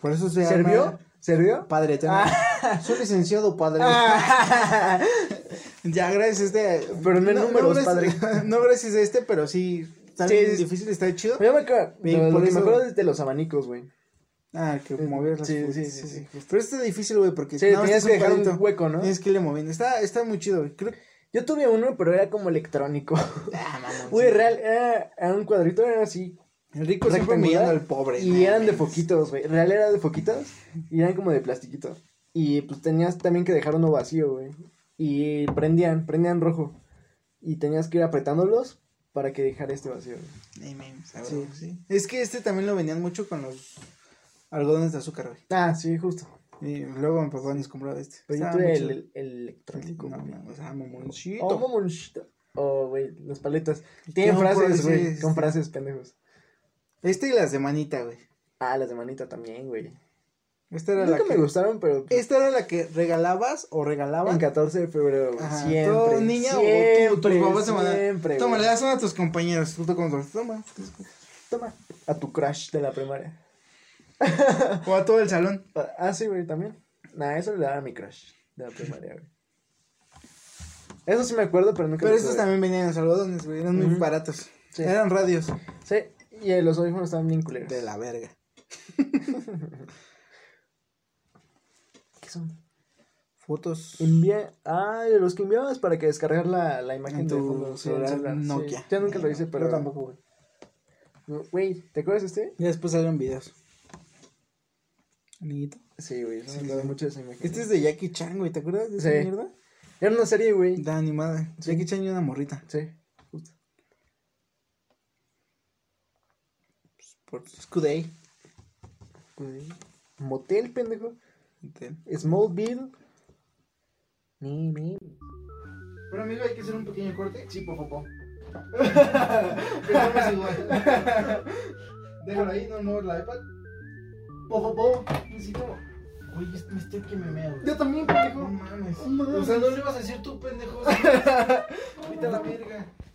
[SPEAKER 3] Por eso se
[SPEAKER 1] ¿Servió?
[SPEAKER 3] llama-
[SPEAKER 1] ¿Servió?
[SPEAKER 3] Padre eterno. Soy licenciado, padre.
[SPEAKER 1] Ah.
[SPEAKER 3] Ya, gracias a este.
[SPEAKER 1] Pero no en números,
[SPEAKER 3] gracias- No, gracias a este, pero sí. Está
[SPEAKER 1] Sí,
[SPEAKER 3] bien
[SPEAKER 1] es-
[SPEAKER 3] difícil, está chido.
[SPEAKER 1] Yo me acuerdo.
[SPEAKER 3] Y
[SPEAKER 1] lo-
[SPEAKER 3] por
[SPEAKER 1] lo que
[SPEAKER 3] eso-
[SPEAKER 1] me acuerdo es de los abanicos, güey.
[SPEAKER 3] Ah, que movías las
[SPEAKER 1] Sí,
[SPEAKER 3] cosas,
[SPEAKER 1] sí, sí, sí,
[SPEAKER 3] Pero está difícil, güey, porque
[SPEAKER 1] Sí,
[SPEAKER 3] nada más
[SPEAKER 1] tenías
[SPEAKER 3] es
[SPEAKER 1] que dejar un
[SPEAKER 3] cuadrito.
[SPEAKER 1] hueco, ¿no?
[SPEAKER 3] Tienes que irle moviendo. Está, está muy chido, güey. Creo
[SPEAKER 1] Yo tuve uno, pero era como electrónico.
[SPEAKER 3] Ah, mamón.
[SPEAKER 1] Güey,
[SPEAKER 3] sí.
[SPEAKER 1] real, era, era un cuadrito, era así,
[SPEAKER 3] El rico siempre humillando al pobre.
[SPEAKER 1] Y
[SPEAKER 3] no
[SPEAKER 1] eran de
[SPEAKER 3] mames.
[SPEAKER 1] poquitos, güey. Real era de poquitos y eran como de plastiquito. Y pues tenías también que dejar uno vacío, güey. Y prendían, prendían rojo. Y tenías que ir apretándolos para que dejara este vacío. güey.
[SPEAKER 3] No mames,
[SPEAKER 1] Sí,
[SPEAKER 3] cabrón. Es que este también lo vendían mucho con los algodones de azúcar, güey.
[SPEAKER 1] Ah, sí, justo.
[SPEAKER 3] Y luego mi papá nos compraba este.
[SPEAKER 1] Pero yo
[SPEAKER 3] Estaba
[SPEAKER 1] tuve
[SPEAKER 3] muy
[SPEAKER 1] el,
[SPEAKER 3] chido.
[SPEAKER 1] el- el electrónico.
[SPEAKER 3] No,
[SPEAKER 1] güey.
[SPEAKER 3] mames, ah, mamoncito.
[SPEAKER 1] Oh, mamoncito. Oh, güey, las paletas.
[SPEAKER 3] ¿Y
[SPEAKER 1] Tienen
[SPEAKER 3] qué
[SPEAKER 1] frases,
[SPEAKER 3] frases?
[SPEAKER 1] güey. Con frases, pendejos.
[SPEAKER 3] Este y las de manita, güey.
[SPEAKER 1] Ah, las de manita también, güey.
[SPEAKER 3] Esta era, la
[SPEAKER 1] Nunca me
[SPEAKER 3] que,
[SPEAKER 1] gustaron, pero pues,
[SPEAKER 3] esta era la que regalabas o
[SPEAKER 1] en
[SPEAKER 3] regalaban.
[SPEAKER 1] 14 de febrero, güey.
[SPEAKER 3] Ajá,
[SPEAKER 1] Siempre.
[SPEAKER 3] todo niña
[SPEAKER 1] siempre,
[SPEAKER 3] o tú, tus papás se mandaban,
[SPEAKER 1] siempre,
[SPEAKER 3] Toma,
[SPEAKER 1] güey.
[SPEAKER 3] le das una a tus compañeros. Tú te compras, toma.
[SPEAKER 1] Toma. A tu crush de la primaria.
[SPEAKER 3] O a todo el salón.
[SPEAKER 1] Ah, sí, güey, también. Nah, eso le daba a mi crush de la primaria, güey. Eso sí me acuerdo, pero nunca
[SPEAKER 3] Pero
[SPEAKER 1] lo
[SPEAKER 3] estos
[SPEAKER 1] tuve.
[SPEAKER 3] también venían en los algodones, güey. Eran muy
[SPEAKER 1] Ujú.
[SPEAKER 3] baratos.
[SPEAKER 1] Sí.
[SPEAKER 3] Eran radios.
[SPEAKER 1] Sí, y eh, los audífonos estaban bien culeros.
[SPEAKER 3] De la verga.
[SPEAKER 1] ¿Qué son?
[SPEAKER 3] Fotos.
[SPEAKER 1] Envía. Ah, de los que enviabas para que descargar la, la imagen
[SPEAKER 3] En
[SPEAKER 1] de
[SPEAKER 3] tu
[SPEAKER 1] fondo. sí,
[SPEAKER 3] celular
[SPEAKER 1] en el sí.
[SPEAKER 3] Nokia.
[SPEAKER 1] Yo nunca lo hice, pero.
[SPEAKER 3] Yo tampoco, güey.
[SPEAKER 1] No, Güey, ¿te acuerdas de este?
[SPEAKER 3] Ya después salieron videos. Amiguito.
[SPEAKER 1] Sí, güey, yo me
[SPEAKER 3] Sí,
[SPEAKER 1] acuerdo
[SPEAKER 3] sí.
[SPEAKER 1] mucho de esa imagen.
[SPEAKER 3] Este es de Jackie Chan, güey. ¿Te acuerdas de esa
[SPEAKER 1] Sí.
[SPEAKER 3] mierda?
[SPEAKER 1] Era una serie, güey.
[SPEAKER 3] Da animada. Jackie Chan y una morrita.
[SPEAKER 1] Sí.
[SPEAKER 3] Pues, Por Scuday.
[SPEAKER 1] Güey. Motel, pendejo.
[SPEAKER 3] Bueno,
[SPEAKER 1] Smallville. Ni, ni.
[SPEAKER 3] amigo, hay que hacer un pequeño corte.
[SPEAKER 1] Sí, poco.
[SPEAKER 3] Pensamos igual. Déjalo ahí, no muevas la iPad. Po, po, po. Necesito. Güey, me estoy que me meo.
[SPEAKER 1] Yo también,
[SPEAKER 3] No
[SPEAKER 1] pendejo.
[SPEAKER 3] mames.
[SPEAKER 1] No mames.
[SPEAKER 3] O sea, no le ibas a decir tú, pendejo. Vete a la verga.